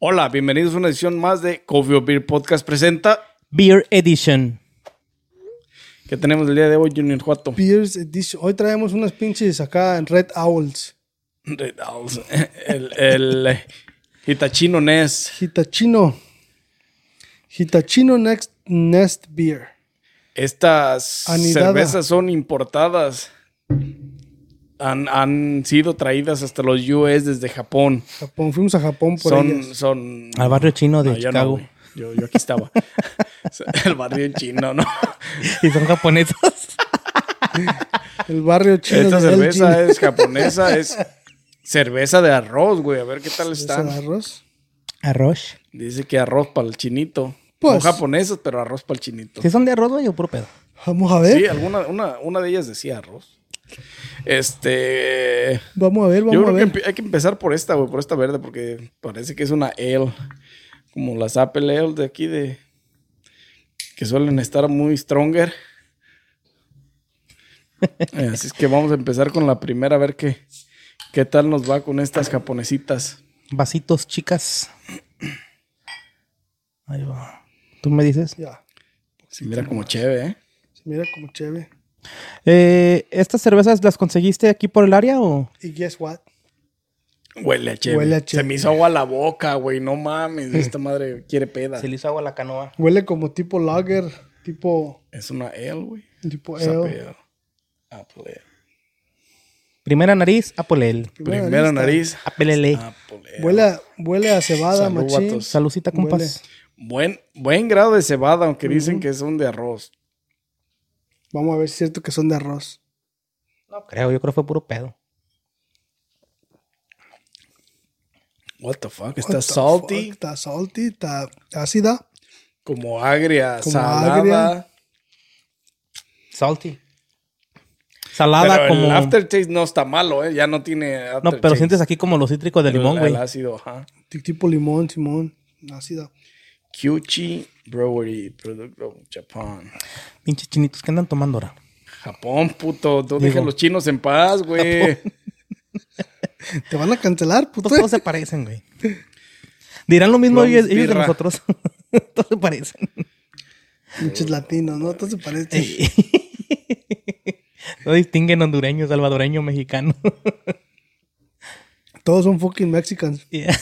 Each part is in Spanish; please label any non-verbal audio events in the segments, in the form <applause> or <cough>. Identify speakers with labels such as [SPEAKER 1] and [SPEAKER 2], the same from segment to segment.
[SPEAKER 1] Hola, bienvenidos a una edición más de Coffee or Beer Podcast presenta.
[SPEAKER 2] Beer Edition.
[SPEAKER 1] ¿Qué tenemos el día de hoy, Junior Juato?
[SPEAKER 3] Beers Edition. eh, Hoy traemos unas pinches acá en Red Owls.
[SPEAKER 1] Red Owls. <laughs> El, el eh, Hitachino Ness.
[SPEAKER 3] Hitachino. Hitachino Next Nest Beer.
[SPEAKER 1] Estas
[SPEAKER 3] Anidada.
[SPEAKER 1] cervezas son importadas. Han, han sido traídas hasta los US desde Japón.
[SPEAKER 3] Japón. Fuimos a Japón por
[SPEAKER 1] Son,
[SPEAKER 3] ellas. Ah,
[SPEAKER 1] son.
[SPEAKER 2] Al barrio chino de
[SPEAKER 1] No, yo no,
[SPEAKER 2] Chicago.
[SPEAKER 1] güey. yo, yo aquí estaba. <laughs> el barrio chino, ¿no?
[SPEAKER 2] <laughs> y son <laughs> japonesas.
[SPEAKER 3] El barrio chino.
[SPEAKER 1] Esta
[SPEAKER 3] de
[SPEAKER 1] cerveza
[SPEAKER 3] Elgin.
[SPEAKER 1] es japonesa, es cerveza de arroz, güey. A ver qué tal
[SPEAKER 3] Cerveza de
[SPEAKER 1] está.
[SPEAKER 3] arroz.
[SPEAKER 2] Arroz.
[SPEAKER 1] Dice que arroz para el chinito.
[SPEAKER 3] Pues.
[SPEAKER 1] Son japonesas, pero arroz para el chinito.
[SPEAKER 2] Si son de arroz, güey, o puro pedo.
[SPEAKER 3] Vamos a ver.
[SPEAKER 1] Sí, alguna, una, una de ellas decía arroz. Este.
[SPEAKER 3] Vamos a ver,
[SPEAKER 1] yo
[SPEAKER 3] vamos a
[SPEAKER 1] creo que
[SPEAKER 3] ver.
[SPEAKER 1] empe- hay que empezar por esta, güey, por esta verde, porque parece que es una ale. Como las Apple Ale de aquí, de. que suelen estar muy stronger. Eh, Así es que vamos a empezar con la primera, a ver qué, qué tal nos va con estas japonesitas.
[SPEAKER 2] Vasitos, chicas. Ahí va. Tú me dices.
[SPEAKER 3] Ya.
[SPEAKER 1] Se mira como chévere, ¿eh?
[SPEAKER 3] Se mira como chévere.
[SPEAKER 2] Eh, ¿Estas cervezas las conseguiste aquí por el área o
[SPEAKER 3] Y guess what?
[SPEAKER 1] Huele a chévere.
[SPEAKER 3] Huele a
[SPEAKER 1] Se
[SPEAKER 3] chévere.
[SPEAKER 1] me hizo agua la boca, güey. No
[SPEAKER 3] <laughs>
[SPEAKER 1] mames, esta madre quiere peda.
[SPEAKER 2] le hizo agua a la canoa?
[SPEAKER 3] Huele como tipo lager, tipo,
[SPEAKER 1] Es una L, güey.
[SPEAKER 3] tipo
[SPEAKER 1] Esa
[SPEAKER 3] ale.
[SPEAKER 1] pedo. Apple Ale.
[SPEAKER 2] Primera nariz, Apolel.
[SPEAKER 3] Primera
[SPEAKER 1] Primera
[SPEAKER 3] lista.
[SPEAKER 1] nariz.
[SPEAKER 2] Apelele.
[SPEAKER 1] Apple Ale.
[SPEAKER 3] Huele a, huele a cebada,
[SPEAKER 1] Salud,
[SPEAKER 3] machín.
[SPEAKER 1] vatos.
[SPEAKER 2] Salucita, compas.
[SPEAKER 1] Buen, buen grado de cebada, aunque dicen que son de arroz.
[SPEAKER 3] Vamos a ver si es cierto que son de arroz.
[SPEAKER 2] No creo, yo creo que fue puro pedo.
[SPEAKER 1] What the fuck?
[SPEAKER 3] What
[SPEAKER 1] Está
[SPEAKER 3] the
[SPEAKER 1] salty,
[SPEAKER 3] fuck, Está salty, está ácida.
[SPEAKER 1] como agria,
[SPEAKER 3] Como
[SPEAKER 1] salada.
[SPEAKER 3] agria.
[SPEAKER 2] Salty. Salada
[SPEAKER 1] pero
[SPEAKER 2] como.
[SPEAKER 1] el aftertaste no está malo, ¿eh? Ya no tiene
[SPEAKER 2] No,
[SPEAKER 1] aftertaste.
[SPEAKER 2] pero sientes aquí como los cítricos de limón,
[SPEAKER 1] El-
[SPEAKER 2] güey.
[SPEAKER 1] El ácido, ajá.
[SPEAKER 3] Ti- Tipo limón, simón. Ácida.
[SPEAKER 1] Kyuchi Brewery, producto Japón.
[SPEAKER 2] Pinches chinitos que andan tomando ahora.
[SPEAKER 1] Japón, puto. Tú
[SPEAKER 2] Digo.
[SPEAKER 1] deja a los chinos en paz, güey.
[SPEAKER 3] Te van a cancelar, puto.
[SPEAKER 2] Todos,
[SPEAKER 1] <laughs>
[SPEAKER 2] todos se parecen, güey. Dirán lo mismo
[SPEAKER 1] Vamos,
[SPEAKER 2] ellos, ellos de
[SPEAKER 1] birra.
[SPEAKER 2] nosotros. <laughs> todos se parecen.
[SPEAKER 3] <laughs> Pinches latinos, ¿no? Entonces parece.
[SPEAKER 2] No distinguen hondureño, salvadoreño, mexicano. <laughs>
[SPEAKER 3] Todos son fucking mexicans.
[SPEAKER 2] Yeah.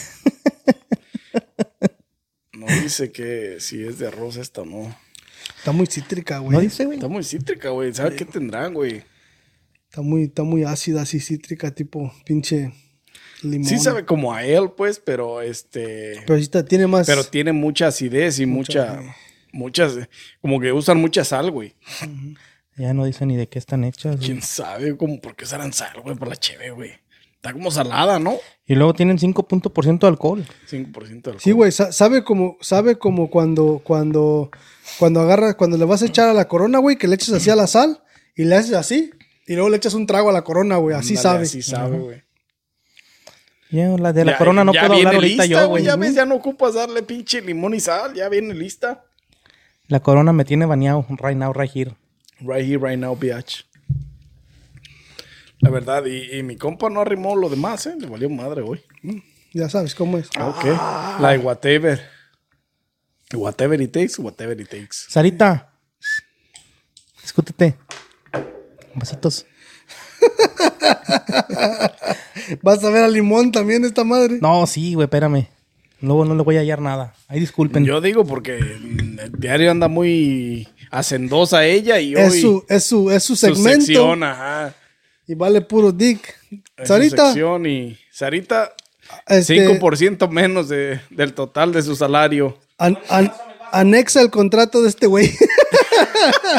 [SPEAKER 1] No dice que si es de arroz esta o no.
[SPEAKER 3] Está muy cítrica, güey.
[SPEAKER 2] No dice, güey.
[SPEAKER 1] Está muy cítrica, güey. ¿Sabes qué tendrán, güey?
[SPEAKER 3] Está muy, está muy ácida, así cítrica, tipo pinche limón.
[SPEAKER 1] Sí sabe como a él, pues, pero este...
[SPEAKER 3] Pero sí está, tiene más.
[SPEAKER 1] Pero tiene mucha acidez y mucha... Muchas... Como que usan mucha sal, güey.
[SPEAKER 2] Ya no dice ni de qué están hechas. güey.
[SPEAKER 1] ¿Quién sabe como por qué usarán sal, güey? Por la cheve, güey. Está como salada, ¿no?
[SPEAKER 2] Y luego tienen 5% de alcohol.
[SPEAKER 1] 5% de alcohol.
[SPEAKER 3] sí, güey, sa- sabe como, sabe como cuando, cuando, cuando agarras, cuando le vas a echar a la corona, güey, que le echas así a la sal y le haces así y luego le echas un trago a la corona, güey, así
[SPEAKER 1] Ándale,
[SPEAKER 3] sabe.
[SPEAKER 1] Así sabe, güey.
[SPEAKER 2] Ya, la de la
[SPEAKER 1] Ya-
[SPEAKER 2] corona no
[SPEAKER 1] ya
[SPEAKER 2] puedo hablar
[SPEAKER 1] viene
[SPEAKER 2] ahorita
[SPEAKER 1] lista,
[SPEAKER 2] yo, güey.
[SPEAKER 1] Ya ves, ya no ocupas darle pinche limón y sal. Ya viene lista.
[SPEAKER 2] La corona me tiene baneado right now, right here.
[SPEAKER 1] Right here, right now, bitch. La verdad, y, y mi compa no arrimó lo demás, ¿eh? Le valió madre hoy.
[SPEAKER 3] Ya sabes cómo es.
[SPEAKER 1] Ok. La de whatever. Whatever it takes, whatever it takes.
[SPEAKER 2] Sarita, discútete. Vasitos.
[SPEAKER 3] Vas a ver a limón también esta madre.
[SPEAKER 2] No, sí, güey, espérame. Luego no le voy a hallar nada. Ahí disculpen.
[SPEAKER 1] Yo digo porque mm, el diario anda muy hacendosa ella y hoy
[SPEAKER 3] es su, es su, es su
[SPEAKER 1] su
[SPEAKER 3] segmento.
[SPEAKER 1] sección, ajá.
[SPEAKER 3] y vale puro dick.
[SPEAKER 1] Es su
[SPEAKER 3] Sarita,
[SPEAKER 1] sección y Sarita,
[SPEAKER 3] este,
[SPEAKER 1] 5% menos de- del total de su
[SPEAKER 3] <laughs>
[SPEAKER 1] salario.
[SPEAKER 3] an- an- anexa el contrato de este güey.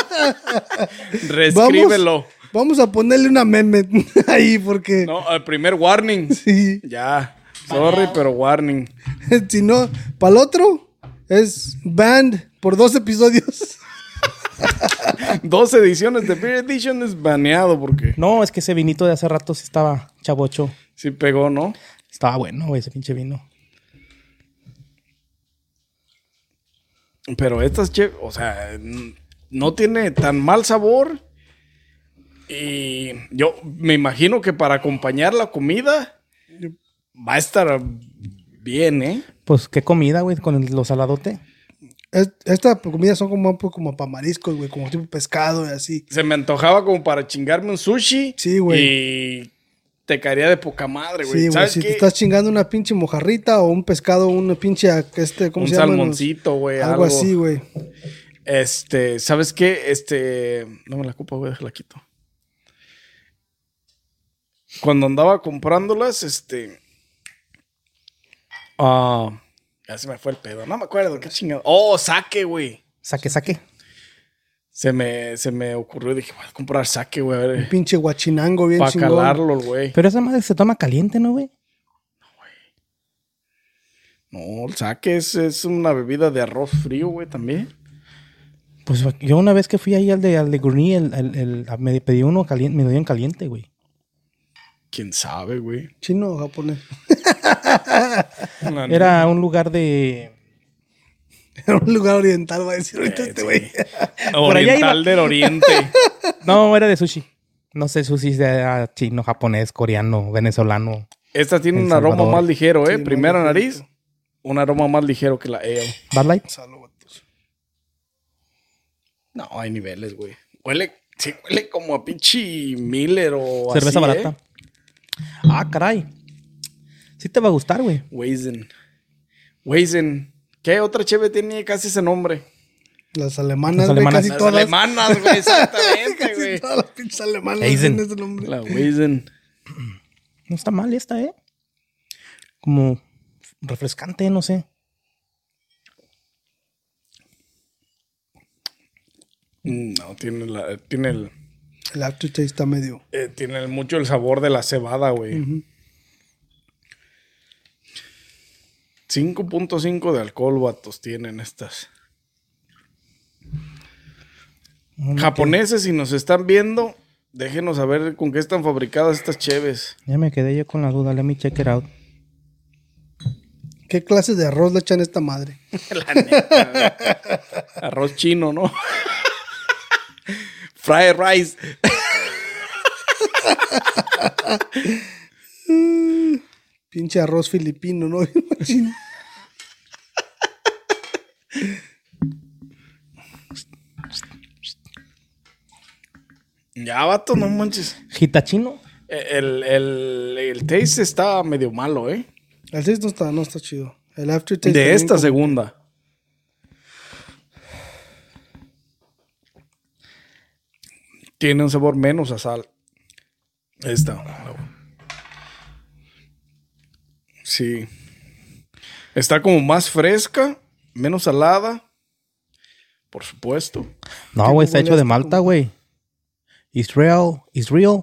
[SPEAKER 3] <laughs>
[SPEAKER 1] Reescríbelo.
[SPEAKER 3] Vamos a ponerle una meme <laughs> ahí porque
[SPEAKER 1] No, al primer warning.
[SPEAKER 3] sí, <laughs>
[SPEAKER 1] Ya. Sorry, pero warning.
[SPEAKER 3] si no, para el otro es banned por dos episodios. <laughs>
[SPEAKER 1] Dos ediciones de Beer Edition es baneado porque
[SPEAKER 2] No, es que ese vinito de hace rato sí estaba chavocho.
[SPEAKER 1] sí pegó, ¿no?
[SPEAKER 2] Estaba bueno, güey, ese pinche vino.
[SPEAKER 1] Pero estas, che, o sea, n- no tiene tan mal sabor. Y yo me imagino que para acompañar la comida va a estar bien, ¿eh?
[SPEAKER 2] Pues qué comida, güey, con el- lo saladote.
[SPEAKER 3] Es- Esta comida son como, como para mariscos, güey, como tipo pescado y así.
[SPEAKER 1] Se me antojaba como para chingarme un sushi.
[SPEAKER 3] Sí, güey.
[SPEAKER 1] Y te caería de poca madre, güey.
[SPEAKER 3] Sí, güey,
[SPEAKER 1] ¿Sabes
[SPEAKER 3] si
[SPEAKER 1] qué?
[SPEAKER 3] te estás chingando una pinche mojarrita o un pescado, una pinche, este, ¿cómo
[SPEAKER 1] un
[SPEAKER 3] se llama?
[SPEAKER 1] salmoncito, güey. Algo,
[SPEAKER 3] Algo, así, güey.
[SPEAKER 1] Este, ¿sabes qué? Este, no me la copa, güey, déjala quito. Cuando andaba comprándolas, este. Ah. Ya se me fue el pedo. No me acuerdo, qué chingado. Oh, saque, güey.
[SPEAKER 2] Saque, saque.
[SPEAKER 1] Se me, se me ocurrió, dije, voy a comprar saque, güey, a ver.
[SPEAKER 3] Pinche guachinango bien
[SPEAKER 1] Para
[SPEAKER 3] chingón.
[SPEAKER 1] calarlo, güey.
[SPEAKER 2] Pero esa madre se toma caliente, ¿no, güey?
[SPEAKER 1] No, el saque es, es una bebida de arroz frío, güey, también.
[SPEAKER 2] Pues yo una vez que fui ahí al de, al de Gruny, el, el- el- a- me pedí uno caliente, me lo dieron caliente, güey.
[SPEAKER 1] Quién sabe, güey.
[SPEAKER 3] Chino o japonés. <laughs>
[SPEAKER 1] La
[SPEAKER 2] Era un lugar de...
[SPEAKER 3] Era un lugar oriental, va a decir ahorita
[SPEAKER 1] neta,
[SPEAKER 3] este
[SPEAKER 1] sí. <laughs>
[SPEAKER 3] güey.
[SPEAKER 2] Por allá
[SPEAKER 1] Oriental del Oriente.
[SPEAKER 2] No, era de sushi. No sé, sushi sea chino, japonés, coreano, venezolano.
[SPEAKER 1] Esta tiene
[SPEAKER 2] El
[SPEAKER 1] un aroma
[SPEAKER 2] Salvador.
[SPEAKER 1] más ligero, ¿eh?
[SPEAKER 3] Sí,
[SPEAKER 1] Primera
[SPEAKER 3] más
[SPEAKER 1] nariz,
[SPEAKER 3] ligerito.
[SPEAKER 1] un aroma más ligero que la E ale.
[SPEAKER 2] Bad Light.
[SPEAKER 3] Saludos.
[SPEAKER 1] No, hay niveles, güey. Huele, sí, huele como a pinche Miller o así,
[SPEAKER 2] Cerveza
[SPEAKER 1] ¿eh?
[SPEAKER 2] barata. Ah, caray. Sí te va a gustar, güey.
[SPEAKER 1] Weizen. Weizen. ¿Qué otra cheve tiene casi ese nombre?
[SPEAKER 3] Las
[SPEAKER 2] Las
[SPEAKER 3] alemanas, güey,
[SPEAKER 2] alemanas.
[SPEAKER 3] casi
[SPEAKER 1] Las
[SPEAKER 3] todas.
[SPEAKER 1] alemanas, güey,
[SPEAKER 2] <laughs>
[SPEAKER 1] exactamente,
[SPEAKER 3] Casi
[SPEAKER 1] güey.
[SPEAKER 3] todas las pinches alemanas
[SPEAKER 2] Eisen.
[SPEAKER 3] tienen ese nombre.
[SPEAKER 1] La Weizen.
[SPEAKER 2] No está mal esta, ¿eh? Como refrescante, no sé.
[SPEAKER 1] Mm, No, tiene, la, tiene el...
[SPEAKER 3] El aftertaste está medio.
[SPEAKER 1] eh, tiene el- mucho el sabor de la cebada, güey. 5.5 de alcohol, vatos, tienen estas.
[SPEAKER 2] No, no
[SPEAKER 1] Japoneses, si nos están viendo, déjenos saber con qué están fabricadas estas cheves.
[SPEAKER 2] te- Ya me quedé yo con la duda. Let me check it out.
[SPEAKER 3] ¿Qué clase de arroz le echan a esta madre?
[SPEAKER 1] Arroz chino, ¿no? <laughs> Fried rice.
[SPEAKER 3] Pinche arroz filipino, ¿no? <laughs> Imagino.
[SPEAKER 1] Ya, vato, no manches. Eh,
[SPEAKER 2] Hitachino.
[SPEAKER 1] El, el- el taste está medio malo, ¿eh?
[SPEAKER 3] El taste no está, no está chido. El aftertaste.
[SPEAKER 1] De
[SPEAKER 3] también
[SPEAKER 1] esta
[SPEAKER 3] como-
[SPEAKER 1] segunda. Tiene un sabor menos a sal. Esta. Sí. Está como más fresca, menos salada. Por supuesto.
[SPEAKER 2] No, güey, está
[SPEAKER 3] huele
[SPEAKER 2] hecho de
[SPEAKER 3] esto
[SPEAKER 2] Malta, güey. Israel, Israel,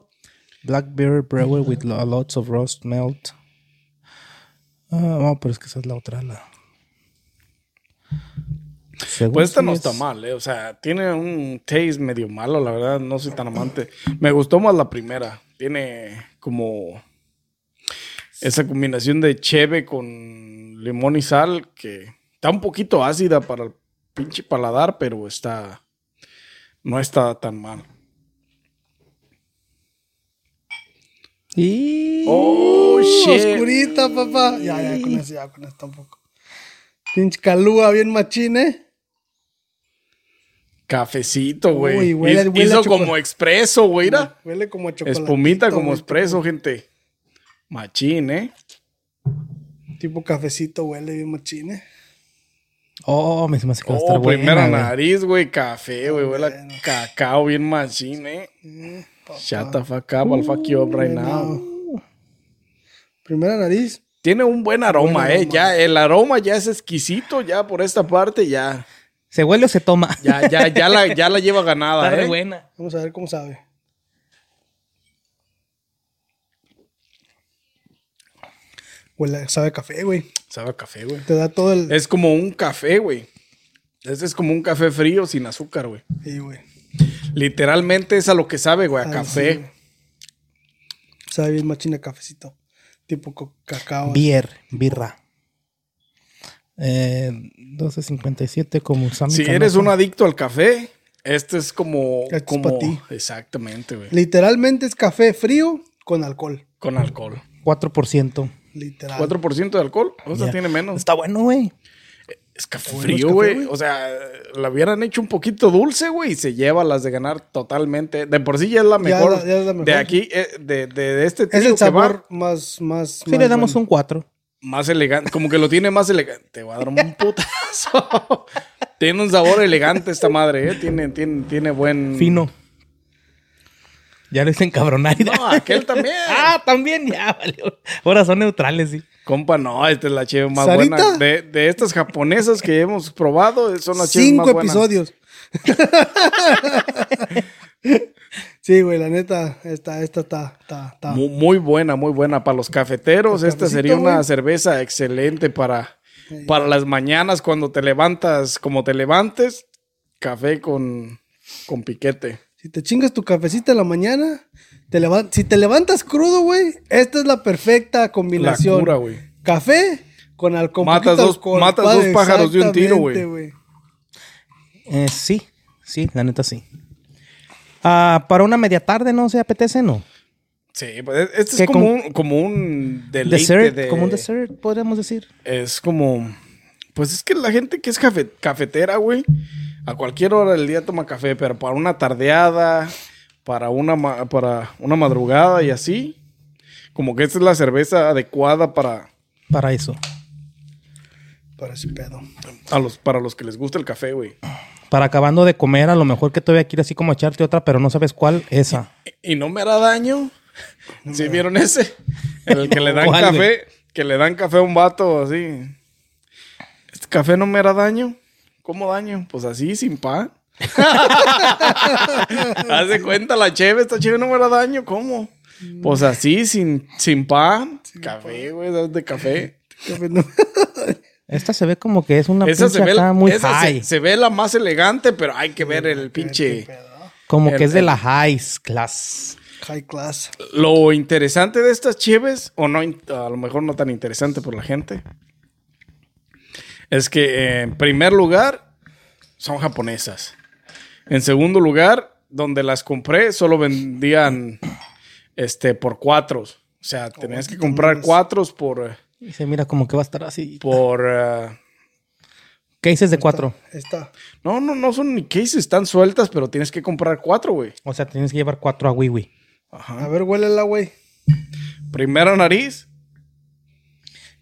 [SPEAKER 2] Black Bear Brewer with lo- lots of roast melt. Ah, no, pero es que esa es la otra. La... Según
[SPEAKER 1] Pues esta
[SPEAKER 2] sí
[SPEAKER 1] no
[SPEAKER 2] es-
[SPEAKER 1] está mal, ¿eh? O sea, tiene un taste medio malo, la verdad. No soy tan amante. Me gustó más la primera. Tiene como esa combinación de cheve con limón y sal que está un poquito ácida para el pinche paladar, pero está. No está tan mal.
[SPEAKER 2] Y...
[SPEAKER 1] ¡Oh, shit!
[SPEAKER 3] Oscurita, papá. Ya, ya, con eso, ya, con eso tampoco. Pinche calúa, bien machín, ¿eh?
[SPEAKER 1] Cafecito, güey.
[SPEAKER 3] Uy, huele-
[SPEAKER 1] Hiz-
[SPEAKER 3] huele a
[SPEAKER 1] Hizo
[SPEAKER 3] chocolate.
[SPEAKER 1] como expreso, güey. mira.
[SPEAKER 3] Huele como a chocolate.
[SPEAKER 1] Espumita como expreso, gente. Machín, ¿eh?
[SPEAKER 3] Tipo cafecito, huele bien machín, ¿eh?
[SPEAKER 2] Oh, me se me hace que va a estar
[SPEAKER 1] Oh, primera
[SPEAKER 2] buena, güey.
[SPEAKER 1] nariz, güey, café, güey, huele a
[SPEAKER 3] Bueno.
[SPEAKER 1] cacao bien machín, eh.
[SPEAKER 3] Mm,
[SPEAKER 1] Shut the fuck up, I'll fuck you up right now.
[SPEAKER 3] Ah, Primera nariz.
[SPEAKER 1] Tiene un buen aroma,
[SPEAKER 3] Buen
[SPEAKER 1] eh,
[SPEAKER 3] aroma.
[SPEAKER 1] ya, el aroma ya es exquisito, ya por esta parte, ya,
[SPEAKER 2] ¿Se huele o se toma?
[SPEAKER 1] <laughs> ya, ya, ya la, ya la lleva
[SPEAKER 2] Está
[SPEAKER 1] ganada,
[SPEAKER 2] re
[SPEAKER 1] eh.
[SPEAKER 2] buena.
[SPEAKER 3] Vamos a ver cómo sabe. Huele, sabe a café, güey.
[SPEAKER 1] Sabe a café, güey.
[SPEAKER 3] Te da todo el.
[SPEAKER 1] Es como un café, güey. Este es como un café frío sin azúcar, güey.
[SPEAKER 3] Sí, güey.
[SPEAKER 1] Literalmente es a lo que sabe, güey, a
[SPEAKER 3] Ah,
[SPEAKER 1] café.
[SPEAKER 3] sí, güey. Sabe bien machina cafecito. Tipo co- cacao.
[SPEAKER 2] Bier, birra. Eh, 12.57 como Sammy
[SPEAKER 1] Si
[SPEAKER 2] Camacho.
[SPEAKER 1] eres un adicto al café, este es como.
[SPEAKER 3] Este es
[SPEAKER 1] como
[SPEAKER 3] pa' ti.
[SPEAKER 1] Exactamente, güey.
[SPEAKER 3] Literalmente es café frío con alcohol.
[SPEAKER 1] Con alcohol.
[SPEAKER 2] 4%.
[SPEAKER 3] Literal.
[SPEAKER 1] 4% de alcohol. O sea,
[SPEAKER 2] Ya.
[SPEAKER 1] tiene menos.
[SPEAKER 2] Está bueno, güey.
[SPEAKER 1] Es café
[SPEAKER 3] bueno,
[SPEAKER 1] frío,
[SPEAKER 3] es café,
[SPEAKER 1] güey.
[SPEAKER 3] güey.
[SPEAKER 1] O sea, la hubieran hecho un poquito dulce, güey, y se lleva las de ganar totalmente. De por sí ya es la
[SPEAKER 3] Ya
[SPEAKER 1] mejor.
[SPEAKER 3] la- ya es la mejor.
[SPEAKER 1] De aquí, eh, de, de- de este
[SPEAKER 3] Es
[SPEAKER 1] trío
[SPEAKER 3] el
[SPEAKER 1] que va,
[SPEAKER 3] sabor más, más.
[SPEAKER 2] Si le damos un 4.
[SPEAKER 1] más elegante. Como que lo tiene más elegante. Te va a dar un putazo. <laughs> tiene un sabor elegante esta madre, ¿eh? Tiene, tiene, tiene buen.
[SPEAKER 2] Fino. Ya les encabronar.
[SPEAKER 1] No, aquel
[SPEAKER 3] <laughs>
[SPEAKER 1] también.
[SPEAKER 2] <laughs> ah, también ya, valió. Ahora son neutrales, sí.
[SPEAKER 1] Compa, no, esta es la cheve más
[SPEAKER 3] ¿Sarita?
[SPEAKER 1] buena. De, de estas japonesas que hemos probado, son las cheves más
[SPEAKER 3] Cinco
[SPEAKER 1] buenas. <laughs>
[SPEAKER 3] episodios. sí, güey, la neta, esta, esta está, está,
[SPEAKER 2] Ah.
[SPEAKER 3] está.
[SPEAKER 1] Mu- Muy, buena, muy buena para los cafeteros.
[SPEAKER 3] El
[SPEAKER 1] Esta
[SPEAKER 3] cafecito,
[SPEAKER 1] sería una
[SPEAKER 3] güey.
[SPEAKER 1] cerveza excelente para, para las mañanas cuando te levantas, como te levantes, café con, con piquete.
[SPEAKER 3] Si te chingas tu cafecito en la mañana, te levan- si te levantas crudo, güey, esta es la perfecta
[SPEAKER 1] La
[SPEAKER 3] combinación.
[SPEAKER 1] cura, güey.
[SPEAKER 3] Café con alcohol.
[SPEAKER 1] Matas
[SPEAKER 3] poquito
[SPEAKER 1] dos-
[SPEAKER 3] alcohol,
[SPEAKER 1] matas
[SPEAKER 3] padre,
[SPEAKER 1] dos pájaros de un tiro, güey.
[SPEAKER 3] exactamente,
[SPEAKER 2] Eh, sí, sí, la neta sí. Ah, para una media tarde no se apetece, ¿no?
[SPEAKER 1] Sí, pues e- este
[SPEAKER 2] ¿Qué
[SPEAKER 1] es como
[SPEAKER 2] con-
[SPEAKER 1] un, como un deleite
[SPEAKER 2] Dessert,
[SPEAKER 1] de-
[SPEAKER 2] como un dessert, podríamos decir.
[SPEAKER 1] Es como... Pues es que la gente que es cafe- cafetera, güey, a cualquier hora del día toma café, pero para una tardeada, para una, ma- para una madrugada y así, como que esta es la cerveza adecuada para,
[SPEAKER 2] Para eso.
[SPEAKER 3] Para ese pedo.
[SPEAKER 1] A los, para los que les gusta el café, güey.
[SPEAKER 2] Para acabando de comer, a lo mejor que todavía quieres así como echarte otra, pero no sabes cuál, esa.
[SPEAKER 1] Y no me hará daño. ¿Sí vieron ese? En el que le dan
[SPEAKER 2] ¿Cuál, güey?
[SPEAKER 1] café, que le dan café a un vato así. Este café no me hará daño. ¿Cómo daño? Pues así, sin pan. <laughs> Haz de cuenta la cheve, esta cheve no me hará daño, ¿cómo? Pues así, sin, sin pan. café, güey, esas de café.
[SPEAKER 3] Café no-
[SPEAKER 2] Esta se ve como que es una
[SPEAKER 1] esa se
[SPEAKER 2] pinche
[SPEAKER 1] ve,
[SPEAKER 2] acá
[SPEAKER 1] la-
[SPEAKER 2] muy
[SPEAKER 1] esa
[SPEAKER 2] high.
[SPEAKER 1] se, se ve la más elegante, pero hay que ver el pinche.
[SPEAKER 2] como
[SPEAKER 1] el-
[SPEAKER 2] que es de
[SPEAKER 1] el-
[SPEAKER 2] la high class.
[SPEAKER 3] High class.
[SPEAKER 1] Lo interesante de estas cheves, o no, in- a lo mejor no tan interesante por la gente, es que eh, en primer lugar son japonesas. En segundo lugar, donde las compré, solo vendían este, por cuatros. O sea, tenías que comprar cuatros por, eh,
[SPEAKER 2] Y se mira como que va a estar así.
[SPEAKER 1] por eh,
[SPEAKER 2] ¿Qué dices de cuatro?
[SPEAKER 3] Esta.
[SPEAKER 1] no, no, no son ni cases, están sueltas, pero tienes que comprar cuatro, güey.
[SPEAKER 2] O sea, tienes que llevar cuatro a Wiwi.
[SPEAKER 3] A ver, huélela, güey.
[SPEAKER 1] Primera nariz,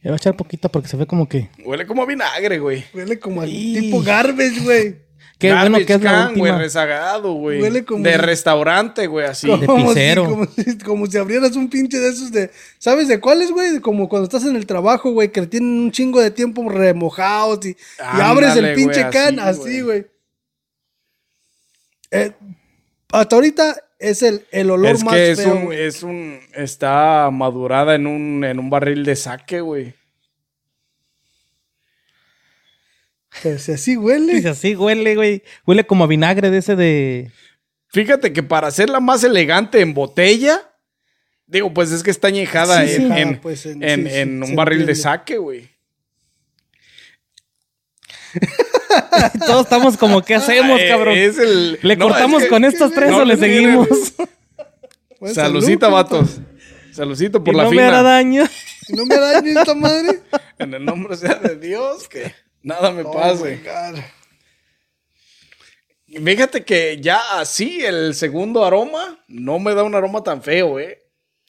[SPEAKER 2] Le voy a echar poquito porque se ve como que.
[SPEAKER 1] huele como a vinagre, güey.
[SPEAKER 3] Huele como al
[SPEAKER 2] Y-
[SPEAKER 3] tipo garbage, güey.
[SPEAKER 2] Qué
[SPEAKER 1] Garbage
[SPEAKER 2] bueno que es la
[SPEAKER 1] can, güey,
[SPEAKER 2] última. <laughs>
[SPEAKER 1] rezagado, güey.
[SPEAKER 3] Huele como-
[SPEAKER 1] De restaurante, güey, así.
[SPEAKER 2] Como- De pisero.
[SPEAKER 3] Si, como, <laughs> si, como si abrieras un pinche de esos de. ¿Sabes de cuáles, güey? Como cuando estás en el trabajo, güey, que tienen un chingo de tiempo remojados y, y
[SPEAKER 1] Ándale,
[SPEAKER 3] abres el pinche
[SPEAKER 1] güey,
[SPEAKER 3] can
[SPEAKER 1] así,
[SPEAKER 3] así, güey. Eh, hasta ahorita es el, el olor
[SPEAKER 1] Es
[SPEAKER 3] más
[SPEAKER 1] que es
[SPEAKER 3] feo,
[SPEAKER 1] un,
[SPEAKER 3] güey.
[SPEAKER 1] es un. Está madurada en un, en un barril de saque, güey.
[SPEAKER 3] Pero si así
[SPEAKER 1] <laughs>
[SPEAKER 3] huele.
[SPEAKER 2] Dice así, huele, güey. Huele como a vinagre de ese de. <laughs>
[SPEAKER 1] Fíjate que para hacerla más elegante en botella, digo, pues es que está añejada
[SPEAKER 3] Sí, sí.
[SPEAKER 1] en,
[SPEAKER 3] Ah,
[SPEAKER 1] en-
[SPEAKER 3] pues, en-
[SPEAKER 1] en-
[SPEAKER 3] sí, sí,
[SPEAKER 1] en
[SPEAKER 3] se
[SPEAKER 1] un barril de
[SPEAKER 3] entiende.
[SPEAKER 1] saque, güey.
[SPEAKER 2] Todos estamos como, ¿qué hacemos,
[SPEAKER 1] Ah, eh,
[SPEAKER 2] cabrón?
[SPEAKER 1] es el-
[SPEAKER 2] ¿Le
[SPEAKER 1] no, es
[SPEAKER 2] cortamos
[SPEAKER 1] que-
[SPEAKER 2] con estos tres
[SPEAKER 1] no,
[SPEAKER 2] o le
[SPEAKER 1] es que-
[SPEAKER 2] seguimos?
[SPEAKER 3] Pues,
[SPEAKER 1] Salucita,
[SPEAKER 3] salud,
[SPEAKER 1] vatos. Salucito
[SPEAKER 2] <laughs>
[SPEAKER 1] por
[SPEAKER 2] Y
[SPEAKER 1] la
[SPEAKER 2] no
[SPEAKER 1] fina.
[SPEAKER 2] me hará daño.
[SPEAKER 3] compa. No me dañes esta
[SPEAKER 1] <laughs>
[SPEAKER 3] madre.
[SPEAKER 1] En el nombre sea de Dios, que nada me
[SPEAKER 3] Oh,
[SPEAKER 1] pase. Fíjate que ya así el segundo aroma no me da un aroma tan feo, eh.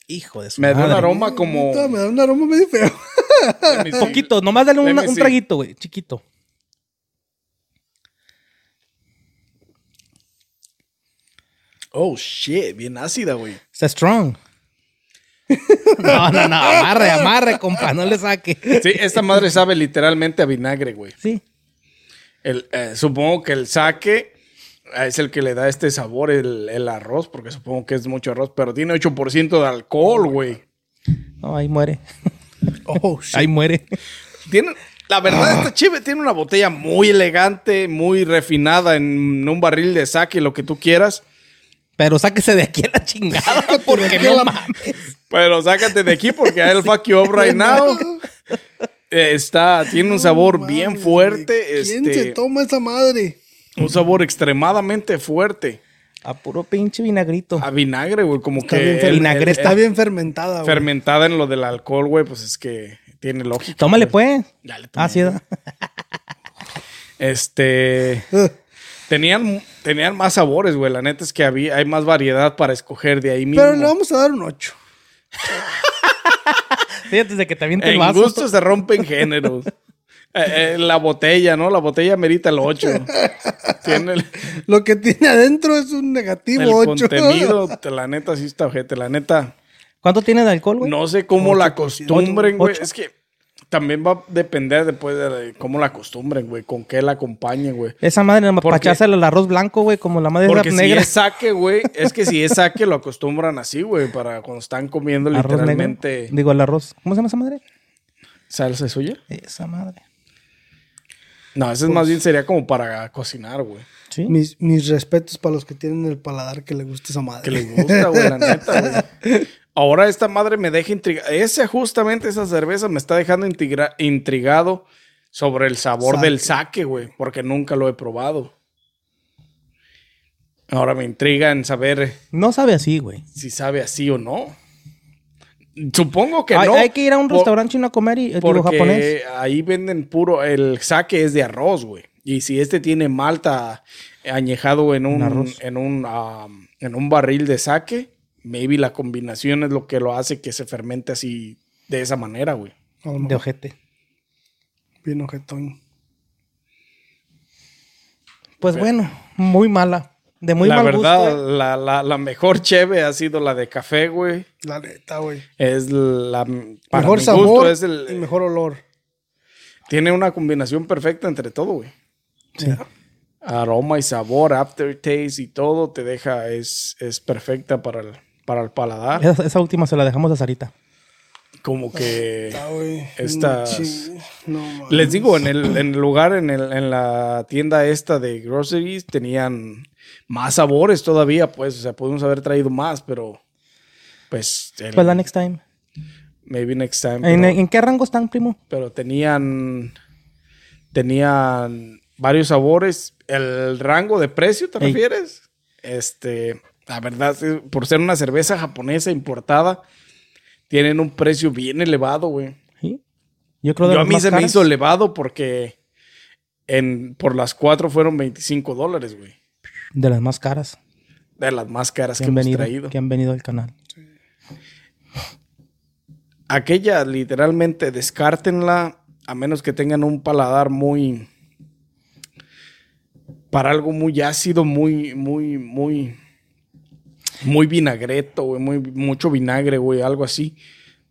[SPEAKER 2] Hijo de su
[SPEAKER 1] Me da un
[SPEAKER 2] madre.
[SPEAKER 1] aroma como.
[SPEAKER 3] Puta, Me da un aroma
[SPEAKER 1] <laughs>
[SPEAKER 3] medio feo.
[SPEAKER 1] Un
[SPEAKER 2] Poquito, nomás dale
[SPEAKER 1] Let
[SPEAKER 2] una-
[SPEAKER 1] me
[SPEAKER 2] un
[SPEAKER 1] see.
[SPEAKER 2] traguito, güey. Chiquito.
[SPEAKER 1] Oh shit, bien ácida, güey.
[SPEAKER 2] Está strong. <laughs> No, no, no. Amarre, amarre, compa. No le saque.
[SPEAKER 1] Sí, esta madre sabe literalmente a vinagre, güey.
[SPEAKER 2] Sí.
[SPEAKER 1] El, eh, supongo que el saque es el que le da este sabor, el, el arroz, porque
[SPEAKER 2] Oh
[SPEAKER 1] supongo que es mucho arroz, pero tiene 8% de alcohol, güey.
[SPEAKER 2] No, ahí muere.
[SPEAKER 3] Oh, shit.
[SPEAKER 2] Ahí muere.
[SPEAKER 1] Tiene, la
[SPEAKER 2] <sighs>
[SPEAKER 1] verdad, esta chive tiene una botella muy elegante, muy refinada en un barril de saque, lo que tú quieras.
[SPEAKER 2] Pero sáquese de aquí a la chingada porque
[SPEAKER 3] aquí a
[SPEAKER 2] no
[SPEAKER 3] la-
[SPEAKER 2] mames.
[SPEAKER 1] Pero sácate de aquí porque el fuck you up right
[SPEAKER 3] <laughs>
[SPEAKER 1] now. Eh, Está, tiene un sabor bien
[SPEAKER 3] Mames,
[SPEAKER 1] fuerte,
[SPEAKER 3] güey, ¿Quién se
[SPEAKER 1] este,
[SPEAKER 3] toma esa madre?
[SPEAKER 1] un sabor extremadamente fuerte.
[SPEAKER 2] <laughs> A puro pinche vinagrito.
[SPEAKER 1] A vinagre, güey, como
[SPEAKER 3] Está
[SPEAKER 1] que
[SPEAKER 3] bien,
[SPEAKER 1] Eh, el-
[SPEAKER 3] fer-
[SPEAKER 2] vinagre
[SPEAKER 1] el-
[SPEAKER 3] está bien fermentada, <laughs> güey.
[SPEAKER 1] fermentada en lo del alcohol, güey, pues es que tiene lógica.
[SPEAKER 2] Tómale, pues.
[SPEAKER 1] Ya le tomé.
[SPEAKER 2] Ah, sí, <laughs> da.
[SPEAKER 1] Este,
[SPEAKER 3] Ugh.
[SPEAKER 1] tenían, tenían más sabores, güey. La neta es que había, hay más variedad para escoger de ahí mismo.
[SPEAKER 3] Pero le vamos a dar un 8.
[SPEAKER 2] Fíjate de que te avienta el
[SPEAKER 1] En
[SPEAKER 2] vaso.
[SPEAKER 1] gusto se rompen
[SPEAKER 3] <laughs>
[SPEAKER 1] géneros. Eh, eh, la botella, ¿no? La botella merita el
[SPEAKER 3] <laughs>
[SPEAKER 1] 8. Tiene el,
[SPEAKER 3] Lo que tiene adentro es un negativo
[SPEAKER 1] el
[SPEAKER 3] 8.
[SPEAKER 1] contenido. te- La neta, sí está ojete. La neta,
[SPEAKER 2] ¿Cuánto tiene de alcohol, güey?
[SPEAKER 1] no sé cómo la acostumbren, güey.
[SPEAKER 2] Ocho.
[SPEAKER 1] Es que también va a depender después de cómo la acostumbren, güey. Con qué la acompañen, güey.
[SPEAKER 2] Esa madre nomás
[SPEAKER 1] Porque-
[SPEAKER 2] para echársela al arroz blanco, güey, como la madre de
[SPEAKER 1] Porque
[SPEAKER 2] la
[SPEAKER 1] si
[SPEAKER 2] negra.
[SPEAKER 1] es saque, güey, es que si es saque lo acostumbran así, güey, para cuando están comiendo
[SPEAKER 2] Arroz negro.
[SPEAKER 1] literalmente
[SPEAKER 2] Digo, el arroz. ¿Cómo se llama esa madre?
[SPEAKER 1] salsa suya.
[SPEAKER 2] Esa madre.
[SPEAKER 1] No,
[SPEAKER 2] Pues
[SPEAKER 1] ese es más bien sería como para cocinar, güey.
[SPEAKER 2] Sí.
[SPEAKER 3] <laughs> Mis, mis respetos para los que tienen el paladar que les gusta esa madre.
[SPEAKER 1] Que
[SPEAKER 3] <laughs>
[SPEAKER 1] les gusta, güey, la neta,
[SPEAKER 2] <laughs>
[SPEAKER 1] güey. Ahora esta madre me deja intrigado. Ese, justamente esa cerveza me está dejando intrigra- intrigado sobre el sabor
[SPEAKER 3] Saque.
[SPEAKER 1] del saque, güey, porque nunca lo he probado. Ahora me intriga en saber
[SPEAKER 2] No sabe así, güey.
[SPEAKER 1] si sabe así o no. Supongo que
[SPEAKER 2] hay,
[SPEAKER 1] no.
[SPEAKER 2] hay que ir a un
[SPEAKER 1] por-
[SPEAKER 2] restaurante chino a comer y eh, digo,
[SPEAKER 1] Porque
[SPEAKER 2] japonés.
[SPEAKER 1] ahí venden puro, el saque es de arroz, güey. Y si este tiene malta añejado en un,
[SPEAKER 2] arroz.
[SPEAKER 1] en un, um, en un barril de saque, maybe la combinación es lo que lo hace que se fermente así de esa manera, güey.
[SPEAKER 3] A lo
[SPEAKER 2] De
[SPEAKER 3] mejor,
[SPEAKER 2] ojete.
[SPEAKER 3] bien ojetón.
[SPEAKER 2] Pues bueno, muy mala. De muy
[SPEAKER 1] la
[SPEAKER 2] mal
[SPEAKER 1] verdad,
[SPEAKER 2] gusto. eh.
[SPEAKER 1] la, la- la mejor <laughs> cheve ha sido la de café, güey.
[SPEAKER 3] La neta, güey.
[SPEAKER 1] Es la para
[SPEAKER 3] Mejor
[SPEAKER 1] mi
[SPEAKER 3] sabor
[SPEAKER 1] gusto, es el-
[SPEAKER 3] y mejor olor.
[SPEAKER 1] tiene una combinación perfecta entre todo, güey.
[SPEAKER 2] Sí.
[SPEAKER 1] aroma y sabor, aftertaste y todo te deja, es, es perfecta para el, para el paladar.
[SPEAKER 2] Esa, esa última se la dejamos a Sarita.
[SPEAKER 1] Como que
[SPEAKER 3] Está, güey.
[SPEAKER 1] Estas-
[SPEAKER 3] Ching- No, mames.
[SPEAKER 1] les digo, en el, en el lugar, en, el- en la tienda esta de groceries, tenían más sabores todavía, pues, o sea, pudimos haber traído más, pero pues, el-
[SPEAKER 2] Pues la next time.
[SPEAKER 1] maybe next time.
[SPEAKER 2] ¿En,
[SPEAKER 1] pero,
[SPEAKER 2] en qué rango están, primo?
[SPEAKER 1] pero tenían, tenían varios sabores. El rango de precio, ¿te
[SPEAKER 2] Ey.
[SPEAKER 1] refieres? Este, la verdad, sí, por ser una cerveza japonesa importada, tienen un precio bien elevado, güey.
[SPEAKER 2] ¿Sí? Yo creo de
[SPEAKER 1] Yo a
[SPEAKER 2] las
[SPEAKER 1] mí
[SPEAKER 2] más
[SPEAKER 1] se me
[SPEAKER 2] caras.
[SPEAKER 1] hizo elevado porque en, por las cuatro fueron 25 dólares, güey.
[SPEAKER 2] De las más caras
[SPEAKER 1] De las más caras
[SPEAKER 2] que
[SPEAKER 1] que,
[SPEAKER 2] han,
[SPEAKER 1] hemos
[SPEAKER 2] venido,
[SPEAKER 1] traído.
[SPEAKER 2] que han venido al canal.
[SPEAKER 1] Aquella, literalmente, descártenla a menos que tengan un paladar muy... Para algo muy ácido, muy, muy, muy... Muy vinagreto, güey. Muy, mucho vinagre, güey. Algo así.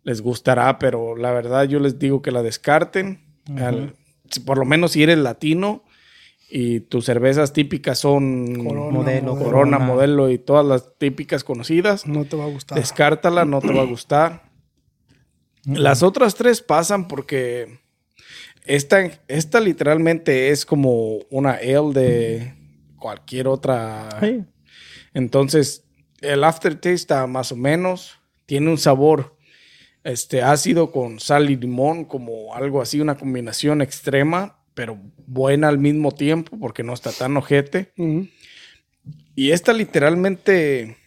[SPEAKER 1] Les gustará, pero la verdad yo les digo que la descarten. Al- si- por lo menos si eres latino y tus cervezas típicas son
[SPEAKER 3] Corona,
[SPEAKER 2] modelo,
[SPEAKER 3] modelo.
[SPEAKER 1] Corona, Modelo y todas las típicas conocidas.
[SPEAKER 3] No te va a gustar.
[SPEAKER 1] Descártala, no te va a gustar. Las otras tres pasan porque esta, esta literalmente es como una L de cualquier otra.
[SPEAKER 2] Sí.
[SPEAKER 1] Entonces, el aftertaste está más o menos. Tiene un sabor este, ácido con sal y limón, como algo así, una combinación extrema, pero buena al mismo tiempo porque no está tan ojete.
[SPEAKER 3] Ujú.
[SPEAKER 1] Y esta literalmente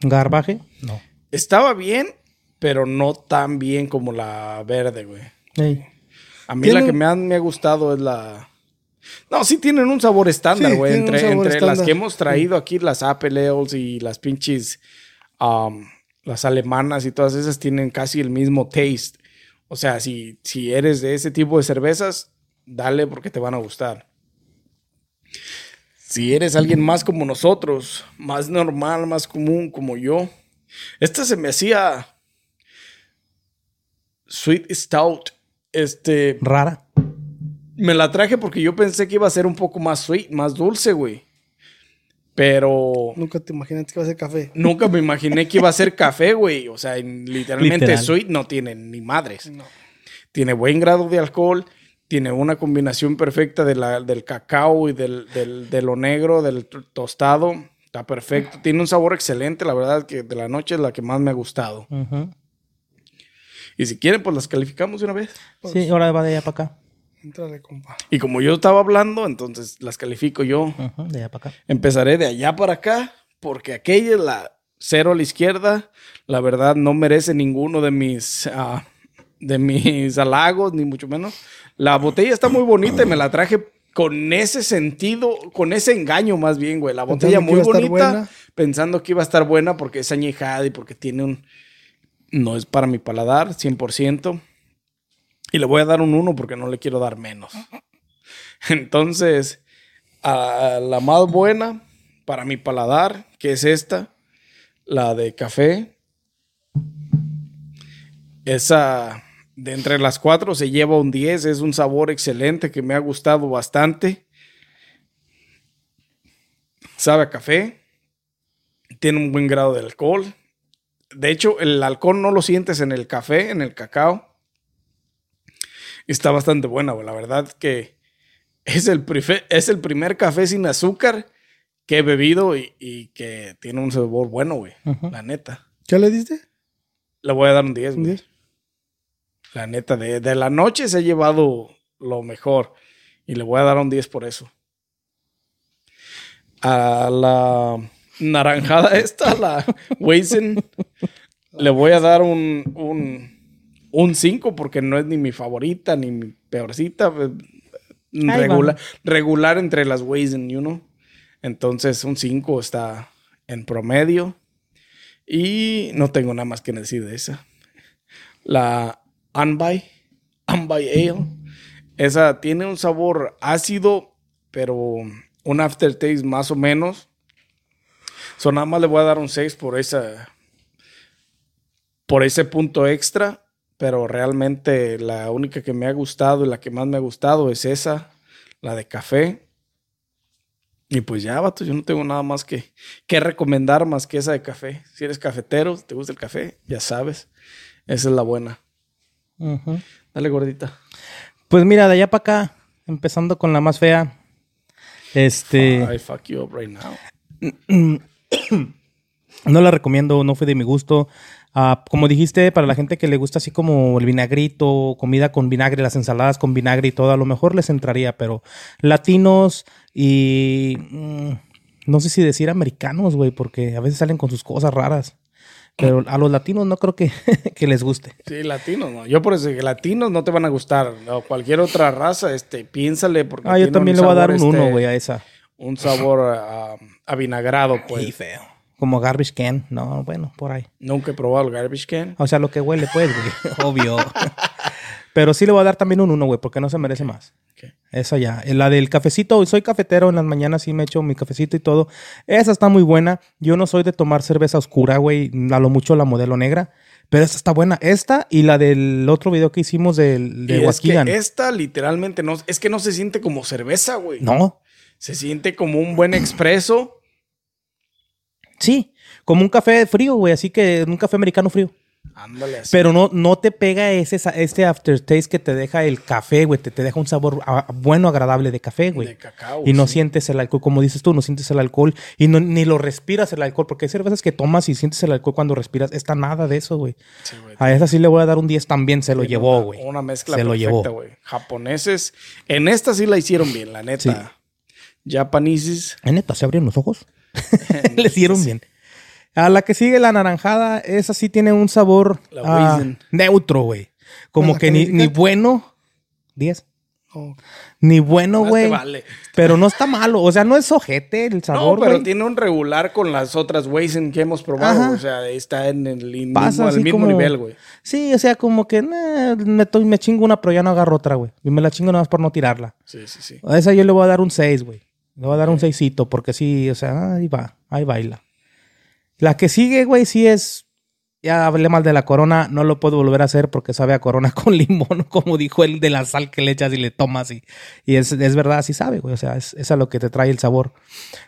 [SPEAKER 2] ¿Garbaje? No.
[SPEAKER 1] estaba bien, pero no tan bien como la verde, güey.
[SPEAKER 2] Ey.
[SPEAKER 1] A mí
[SPEAKER 3] Tiene-
[SPEAKER 1] la que me, han- me ha gustado es la... No, sí tienen un sabor estándar,
[SPEAKER 3] Sí,
[SPEAKER 1] güey.
[SPEAKER 3] tienen un
[SPEAKER 1] entre
[SPEAKER 3] sabor
[SPEAKER 1] entre las
[SPEAKER 3] estándar. Mm.
[SPEAKER 1] que hemos traído aquí, las Apple Ales y las pinches... um, las alemanas y todas esas tienen casi el mismo taste. O sea, si, si eres de ese tipo de cervezas, dale porque te van a gustar. Si eres alguien más como nosotros, más normal, más común como yo, esta se me hacía Sweet Stout. Este,
[SPEAKER 2] Rara.
[SPEAKER 1] me la traje porque yo pensé que iba a ser un poco más sweet, más dulce, güey. Pero
[SPEAKER 3] Nunca te imaginaste que iba a ser café.
[SPEAKER 1] nunca me imaginé que iba a ser café, güey. O sea, en- literalmente
[SPEAKER 2] Literal.
[SPEAKER 1] Sweet no tiene ni madres. Tiene buen grado de alcohol, tiene una combinación perfecta de la- del cacao y del, del- de lo negro, del t- tostado. Está perfecto. Tiene un sabor excelente, la verdad, que de la noche es la que más me ha gustado.
[SPEAKER 2] Ujú.
[SPEAKER 1] Y si quieren, pues las calificamos de una vez.
[SPEAKER 2] Sí, ahora va de allá para acá.
[SPEAKER 3] Entrale, compa.
[SPEAKER 1] Y como yo estaba hablando, entonces las califico yo.
[SPEAKER 2] Ujú, de allá para acá.
[SPEAKER 1] Empezaré de allá para acá, porque aquella es la cero a la izquierda. La verdad, no merece ninguno de mis, ah, de mis halagos, ni mucho menos. La botella está muy bonita y me la traje con ese sentido, con ese engaño más bien, güey. La
[SPEAKER 3] Pensando
[SPEAKER 1] botella
[SPEAKER 3] que
[SPEAKER 1] muy
[SPEAKER 3] iba a estar
[SPEAKER 1] bonita,
[SPEAKER 3] buena.
[SPEAKER 1] pensando que iba a estar buena porque es añejada y porque tiene un... No es para mi paladar, 100%. Y le voy a dar un 1 porque no le quiero dar menos. <laughs> Entonces, a la más buena para mi paladar, que es esta, la de café. Esa, de entre las cuatro, se lleva un 10. Es un sabor excelente que me ha gustado bastante. Sabe a café. Tiene un buen grado de alcohol. De hecho, el alcohol no lo sientes en el café, en el cacao. Está bastante buena, güey. La verdad que es el, prife- es el primer café sin azúcar que he bebido y, y que tiene un sabor bueno, güey.
[SPEAKER 2] Ujú.
[SPEAKER 1] La neta.
[SPEAKER 3] ¿Qué le diste?
[SPEAKER 1] Le voy a dar un 10,
[SPEAKER 3] ¿Un
[SPEAKER 1] güey.
[SPEAKER 3] 10?
[SPEAKER 1] La neta, de, de la noche se ha llevado lo mejor. Y le voy a dar un 10 por eso. A la naranjada <laughs> esta, la Weizen, le voy a dar un, un, un 5 porque no es ni mi favorita ni mi peorcita. pues,
[SPEAKER 2] va.
[SPEAKER 1] Regular, regular entre las Weizen, you know. Entonces, un 5 está en promedio. Y no tengo nada más que decir de esa. La Anbai, Anbai Ale. Esa tiene un sabor ácido, pero un aftertaste más o menos. So, nada más le voy a dar un 6 por esa por ese punto extra, pero realmente la única que me ha gustado y la que más me ha gustado es esa, la de café. Y pues ya, vato, yo no tengo nada más que, que recomendar más que esa de café. Si eres cafetero, te gusta el café, ya sabes. Esa es la buena.
[SPEAKER 2] Ujú.
[SPEAKER 1] Dale, gordita.
[SPEAKER 2] Pues mira, de allá para acá, empezando con la más fea. Este.
[SPEAKER 1] I fuck you up right now.
[SPEAKER 2] No la recomiendo, no fue de mi gusto. Ah, como dijiste, para la gente que le gusta así como el vinagrito, comida con vinagre, las ensaladas con vinagre y todo, a lo mejor les entraría, pero latinos y mm, no sé si decir americanos, güey, porque a veces salen con sus cosas raras. Pero a los latinos no creo que, <laughs> que les guste.
[SPEAKER 1] Sí, latinos, no. Yo por eso dije, latinos no te van a gustar. O cualquier otra raza, este, piénsale. Porque
[SPEAKER 2] Ah, yo
[SPEAKER 1] tiene
[SPEAKER 2] también le voy a
[SPEAKER 1] sabor,
[SPEAKER 2] dar un
[SPEAKER 1] este,
[SPEAKER 2] uno, güey, Ah, a esa.
[SPEAKER 1] Un sabor ah, avinagrado, pues.
[SPEAKER 2] feo. Como garbage can. No, bueno, por ahí.
[SPEAKER 1] Nunca he probado el garbage can.
[SPEAKER 2] O sea, lo que huele, pues,
[SPEAKER 1] <laughs>
[SPEAKER 2] güey. Obvio. <laughs> Pero sí le voy a dar también un uno, güey, porque no se merece más.
[SPEAKER 1] Ok.
[SPEAKER 2] Esa ya. Eh, La del cafecito, soy cafetero en las mañanas, sí me echo mi cafecito y todo. Esa está muy buena. Yo no soy de tomar cerveza oscura, güey. A lo mucho la modelo negra. Pero esta está buena. Esta y la del otro video que hicimos del,
[SPEAKER 1] Y
[SPEAKER 2] de
[SPEAKER 1] es que
[SPEAKER 2] Huasquillan.
[SPEAKER 1] esta literalmente no, es que no se siente como cerveza, güey.
[SPEAKER 2] No.
[SPEAKER 1] Se siente como un buen expreso.
[SPEAKER 2] Sí. Como un café frío, güey. Así que un café americano frío.
[SPEAKER 1] Ándale así.
[SPEAKER 2] Pero no, no te pega ese, sa- este aftertaste que te deja el café, güey. Te, te deja un sabor ah, bueno, agradable de café, güey.
[SPEAKER 1] de cacao.
[SPEAKER 2] Y no
[SPEAKER 1] Oh, sí.
[SPEAKER 2] sientes el alcohol, como dices tú, no sientes el alcohol y no, ni lo respiras el alcohol, porque hay cervezas que tomas y sientes el alcohol cuando respiras. Esta nada de eso, güey.
[SPEAKER 1] Sí, güey.
[SPEAKER 2] A esa sí le voy a dar un 10 también, se lo
[SPEAKER 1] Tiene
[SPEAKER 2] llevó,
[SPEAKER 1] una-
[SPEAKER 2] güey.
[SPEAKER 1] Una mezcla
[SPEAKER 2] Se lo
[SPEAKER 1] perfecta,
[SPEAKER 2] llevó.
[SPEAKER 1] güey. Japoneses. En esta sí la hicieron bien, la neta. Japanisis.
[SPEAKER 2] Eh, neta, se abrieron los
[SPEAKER 1] <laughs>
[SPEAKER 2] ojos. <laughs> Le dieron bien. A la que sigue la naranjada, esa sí tiene un sabor
[SPEAKER 1] La
[SPEAKER 2] ah,
[SPEAKER 1] Weizen.
[SPEAKER 2] neutro, güey. Como
[SPEAKER 3] ¿La
[SPEAKER 2] que ni, ni
[SPEAKER 3] calificaste?
[SPEAKER 2] bueno. 10.
[SPEAKER 3] Oh,
[SPEAKER 2] Ni bueno,
[SPEAKER 1] Más te
[SPEAKER 2] güey.
[SPEAKER 1] vale.
[SPEAKER 2] Pero no está malo. O sea, no es ojete el
[SPEAKER 1] No,
[SPEAKER 2] sabor,
[SPEAKER 1] pero
[SPEAKER 2] güey.
[SPEAKER 1] tiene un regular con las otras Weizen que hemos probado.
[SPEAKER 2] Ajá.
[SPEAKER 1] O sea, está en el in-
[SPEAKER 2] Pasa
[SPEAKER 1] mismo, al
[SPEAKER 2] así
[SPEAKER 1] mismo
[SPEAKER 2] como-
[SPEAKER 1] nivel, güey.
[SPEAKER 2] Sí, o sea, como que nah, me, to- me chingo una, pero ya no agarro otra, güey. Y me la chingo nada más por no tirarla.
[SPEAKER 1] Sí, sí, sí.
[SPEAKER 2] A esa yo le voy a dar un 6, güey. Le voy a dar un 6cito, porque sí, o sea, ahí va, ahí baila. La que sigue, güey, sí es Ya hablé mal de la corona, no lo puedo volver a hacer porque sabe a corona <laughs> con limón, como dijo él, de la sal que le echas y le tomas. Y, y es, es verdad, así sabe, güey. O sea, es, es a lo que te trae el sabor.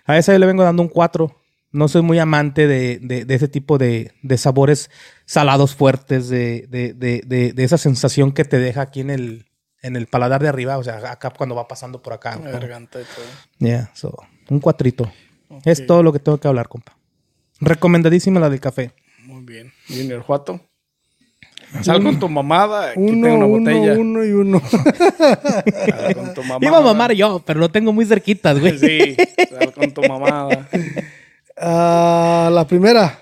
[SPEAKER 2] A esa yo le vengo dando un 4. No soy muy amante de, de, de ese tipo de, de sabores salados fuertes, de, de, de, de, de esa sensación que te deja aquí en el, en el paladar de arriba, o sea, acá cuando va pasando por acá.
[SPEAKER 1] La garganta y todo.
[SPEAKER 2] Yeah, so, un cuatrito. Es
[SPEAKER 1] Ok.
[SPEAKER 2] todo lo que tengo que hablar, compa. Recomendadísima la del café.
[SPEAKER 1] Muy bien. ¿Y en el Juato? Sal con tu mamada. Aquí
[SPEAKER 3] Uno,
[SPEAKER 1] tengo una
[SPEAKER 3] uno,
[SPEAKER 1] botella.
[SPEAKER 3] uno y uno. <laughs>
[SPEAKER 1] Sal con tu mamada.
[SPEAKER 2] Iba a mamar yo, pero lo tengo muy cerquitas,
[SPEAKER 1] <laughs>
[SPEAKER 2] güey.
[SPEAKER 1] Sí, sal con tu mamada.
[SPEAKER 3] Ah, la primera.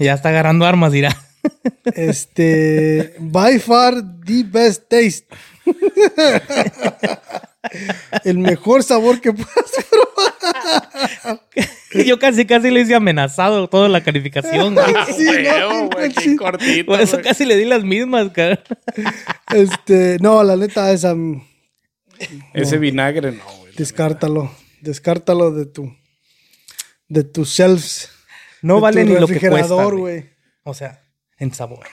[SPEAKER 2] Ya está agarrando armas, dirá.
[SPEAKER 3] Este. By far the best taste.
[SPEAKER 2] <laughs>
[SPEAKER 3] El mejor sabor que puedas.
[SPEAKER 2] <laughs> Yo casi, casi le hice amenazado toda la
[SPEAKER 1] <laughs>
[SPEAKER 2] calificación, güey.
[SPEAKER 3] Sí, no, Pues
[SPEAKER 1] Huevo, güey, qué
[SPEAKER 3] sí.
[SPEAKER 1] cortito,
[SPEAKER 2] Por eso
[SPEAKER 1] güey.
[SPEAKER 2] casi le di las mismas, cara.
[SPEAKER 3] Este. No, la neta, esa. mm,
[SPEAKER 1] Ese vinagre no, güey.
[SPEAKER 3] Descártalo. Descártalo de tu. De tus shelves.
[SPEAKER 2] No
[SPEAKER 3] de
[SPEAKER 2] vale
[SPEAKER 3] tu
[SPEAKER 2] ni lo que cuesta.
[SPEAKER 3] refrigerador,
[SPEAKER 2] güey.
[SPEAKER 3] güey.
[SPEAKER 2] O sea, en sabor.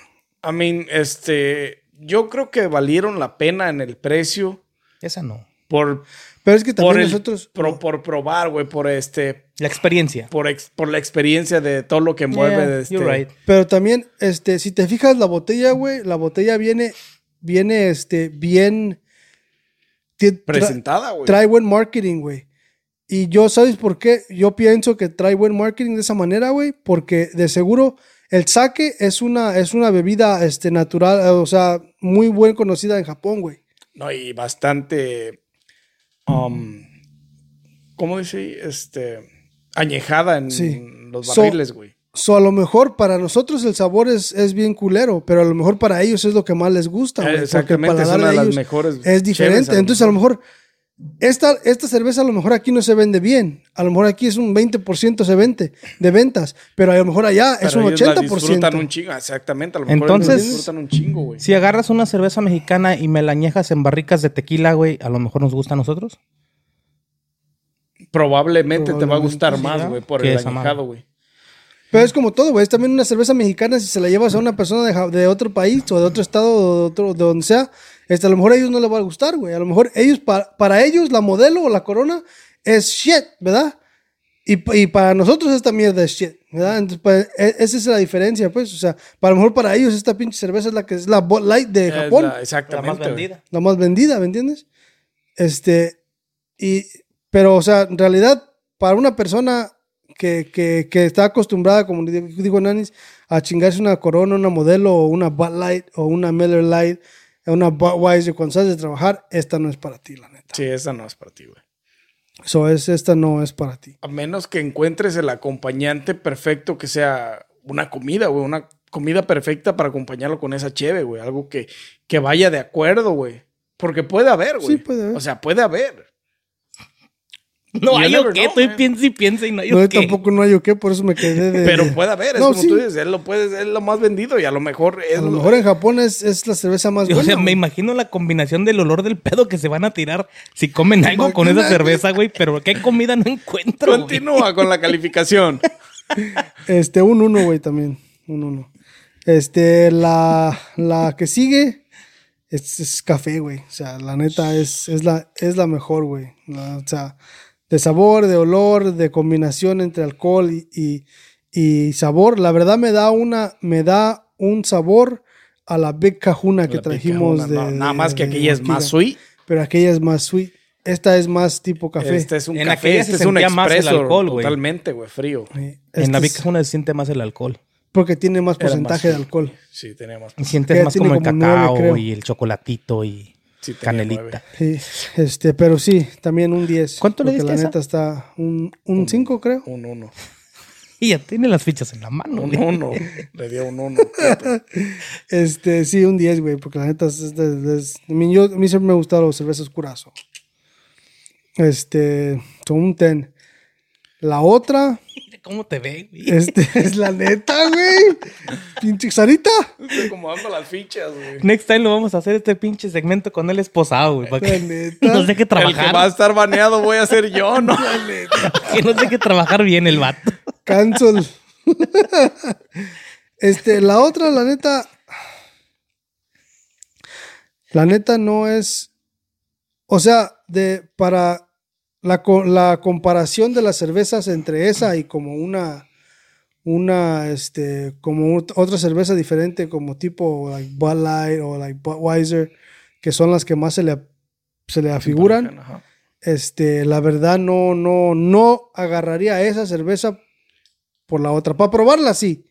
[SPEAKER 1] I mean, este, yo creo que valieron la pena en el precio
[SPEAKER 2] Esa no.
[SPEAKER 1] por,
[SPEAKER 3] Pero es que también
[SPEAKER 1] por, el-
[SPEAKER 3] nosotros.
[SPEAKER 1] pro- por probar, güey, por este,
[SPEAKER 2] La experiencia.
[SPEAKER 1] por, ex- por la experiencia de todo lo que mueve.
[SPEAKER 2] Yeah,
[SPEAKER 1] de este,
[SPEAKER 2] you're right.
[SPEAKER 3] Pero también, este, si te fijas la botella, güey, la botella viene, viene, este, bien ti- tra-
[SPEAKER 1] Presentada, güey.
[SPEAKER 3] Trae buen marketing, güey. Y yo, ¿sabes por qué? Yo pienso que trae buen marketing de esa manera, güey, porque de seguro el sake es una, es una bebida, este, natural, eh, o sea, muy buen conocida en Japón, güey.
[SPEAKER 1] No, y bastante, um, ¿cómo dice? Este, añejada en
[SPEAKER 3] Sí.
[SPEAKER 1] los
[SPEAKER 3] So-
[SPEAKER 1] barriles, güey.
[SPEAKER 3] So, a lo mejor para nosotros el sabor es, es bien culero, pero a lo mejor para ellos es lo que más les gusta, güey.
[SPEAKER 1] Eh,
[SPEAKER 3] porque el
[SPEAKER 1] Exactamente, es
[SPEAKER 3] paladar
[SPEAKER 1] una de las
[SPEAKER 3] ellos-
[SPEAKER 1] mejores.
[SPEAKER 3] es
[SPEAKER 1] cheves,
[SPEAKER 3] diferente. Entonces, a lo mejor, esta, esta cerveza a lo mejor aquí no se vende bien. A lo mejor aquí es un 20% se vende de ventas, pero a lo mejor allá es
[SPEAKER 1] Pero
[SPEAKER 3] un
[SPEAKER 1] ellos la disfrutan
[SPEAKER 3] 80%.
[SPEAKER 1] un chingo, exactamente. A lo mejor ellos
[SPEAKER 2] Entonces-
[SPEAKER 1] la disfrutan un chingo, güey.
[SPEAKER 2] Si agarras una cerveza mexicana y me la añejas en barricas de tequila, güey, a lo mejor nos gusta a nosotros.
[SPEAKER 1] Probablemente, te va a gustar
[SPEAKER 2] Probablemente,
[SPEAKER 1] más,
[SPEAKER 2] ¿no?
[SPEAKER 1] güey, por
[SPEAKER 2] Que
[SPEAKER 1] el
[SPEAKER 2] esa madre.
[SPEAKER 1] añejado, güey.
[SPEAKER 3] Pero es como todo, güey. Es también una cerveza mexicana. Si se la llevas a una persona de, Ja- de otro país o de otro estado o de, otro, de donde sea, este, a lo mejor a ellos no les va a gustar, güey. A lo mejor ellos, para, para ellos, la modelo o la corona es shit, ¿verdad? Y, pa- y para nosotros esta mierda es shit, ¿verdad? Entonces, pues, e- esa es la diferencia, pues. O sea, para lo mejor para ellos esta pinche cerveza es la que es la Bud Light de
[SPEAKER 1] Es
[SPEAKER 3] Japón.
[SPEAKER 1] la- exactamente. güey.
[SPEAKER 3] <laughs> la más vendida, ¿me entiendes? Este, y, pero, o sea, en realidad, para una persona que, que, que está acostumbrada, como di- dijo Nanis, a chingarse una Corona, una Modelo, o una Bud Light, o una Miller Light, o una Budweiser, cuando sales de trabajar, esta no es para ti, la neta.
[SPEAKER 1] Sí, esa no es para ti, güey.
[SPEAKER 3] Eso es, esta no es para ti.
[SPEAKER 1] A menos que encuentres el acompañante perfecto que sea una comida, güey. Una comida perfecta para acompañarlo con esa cheve, güey. Algo que, que vaya de acuerdo, güey. Porque puede haber, güey.
[SPEAKER 3] Sí, puede haber.
[SPEAKER 1] O sea, puede haber.
[SPEAKER 2] No
[SPEAKER 1] You
[SPEAKER 2] hay o
[SPEAKER 1] never
[SPEAKER 2] qué,
[SPEAKER 1] know,
[SPEAKER 2] estoy
[SPEAKER 1] man.
[SPEAKER 2] piensa y piensa y no hay
[SPEAKER 3] No,
[SPEAKER 2] o
[SPEAKER 3] yo
[SPEAKER 2] qué.
[SPEAKER 3] tampoco no hay o qué, por eso me quedé
[SPEAKER 1] <laughs>
[SPEAKER 3] de...
[SPEAKER 1] Pero puede haber, es
[SPEAKER 3] Eh, No,
[SPEAKER 1] como
[SPEAKER 3] sí.
[SPEAKER 1] tú dices, él lo puede, es lo más vendido y a lo mejor es
[SPEAKER 3] A lo mejor en Japón es, es la cerveza
[SPEAKER 1] <laughs>
[SPEAKER 3] más
[SPEAKER 2] O
[SPEAKER 3] buena.
[SPEAKER 2] sea, me
[SPEAKER 3] güey.
[SPEAKER 2] imagino la combinación del olor del pedo que se van a tirar si comen algo con esa cerveza, güey. Pero qué comida no encuentro, güey.
[SPEAKER 1] Continúa con la calificación.
[SPEAKER 3] Este, un 1, güey, también. Un 1. Este, la, la que sigue es, es café, güey. O sea, la neta es, es, la, es la mejor, güey. La- o sea, de sabor, de olor, de combinación entre alcohol y, y- y sabor. La verdad me da una, me da un sabor a la Big Cajuna <laughs> que
[SPEAKER 1] La
[SPEAKER 3] trajimos
[SPEAKER 1] picadona, no,
[SPEAKER 3] de-
[SPEAKER 1] nada
[SPEAKER 3] de-
[SPEAKER 1] más que
[SPEAKER 3] de
[SPEAKER 1] aquella es
[SPEAKER 3] Guajira.
[SPEAKER 1] más sweet.
[SPEAKER 3] Pero aquella es más sweet. Esta es más tipo café.
[SPEAKER 1] Este es un
[SPEAKER 2] En
[SPEAKER 1] café,
[SPEAKER 2] aquella
[SPEAKER 1] este
[SPEAKER 2] se
[SPEAKER 1] es un
[SPEAKER 2] sentía más el
[SPEAKER 1] expreso
[SPEAKER 2] alcohol, güey.
[SPEAKER 1] totalmente, güey, frío.
[SPEAKER 3] Sí,
[SPEAKER 2] En la
[SPEAKER 3] este es
[SPEAKER 2] Vic uno se siente más el alcohol.
[SPEAKER 3] Porque tiene más
[SPEAKER 1] Era más
[SPEAKER 3] porcentaje de
[SPEAKER 1] sweet.
[SPEAKER 3] alcohol.
[SPEAKER 1] Sí, tenemos.
[SPEAKER 2] Y sientes
[SPEAKER 3] Que
[SPEAKER 2] más
[SPEAKER 3] tiene
[SPEAKER 2] como el
[SPEAKER 3] como nueve,
[SPEAKER 2] cacao
[SPEAKER 3] creo.
[SPEAKER 2] y el chocolatito y
[SPEAKER 1] Sí, tenía nueve.
[SPEAKER 2] canelita.
[SPEAKER 3] Sí, este, pero sí, también un 10.
[SPEAKER 2] ¿Cuánto le
[SPEAKER 3] porque
[SPEAKER 2] diste
[SPEAKER 3] La
[SPEAKER 2] a esa?
[SPEAKER 3] neta está un 5, creo.
[SPEAKER 1] Un uno.
[SPEAKER 2] <laughs> Y ya tiene las fichas en la mano,
[SPEAKER 1] Un
[SPEAKER 2] güey.
[SPEAKER 1] uno. Le dio un uno. Pepe.
[SPEAKER 3] Este, sí, un 10, güey, porque la neta es, es- es- a, mí, yo- a mí siempre me gustaron los cervezas curazo. Este, son un 10. La otra,
[SPEAKER 2] Mira cómo te ve, güey.
[SPEAKER 3] este, <laughs> es la neta, güey. Pinche Sarita.
[SPEAKER 1] Estoy acomodando las fichas, güey.
[SPEAKER 2] Next time lo vamos a hacer este pinche segmento con el esposado, güey. Para <laughs>
[SPEAKER 3] La
[SPEAKER 2] que
[SPEAKER 3] neta.
[SPEAKER 2] nos deje
[SPEAKER 1] El que va a
[SPEAKER 2] <laughs> trabajar.
[SPEAKER 1] estar baneado voy a ser yo, <laughs> ¿no?
[SPEAKER 2] Que nos deje trabajar bien el vato.
[SPEAKER 3] Cancel. <laughs> Este, la otra, la neta. La neta no es. O sea, de, para la, co- la comparación de las cervezas entre esa y como una. Una, este, como ot- otra cerveza diferente, como tipo like Bud Light o like Budweiser, que son las que más se le, se le afiguran
[SPEAKER 1] Ajá.
[SPEAKER 3] este, la verdad no, no, no agarraría esa cerveza por la otra. Para probarla, sí.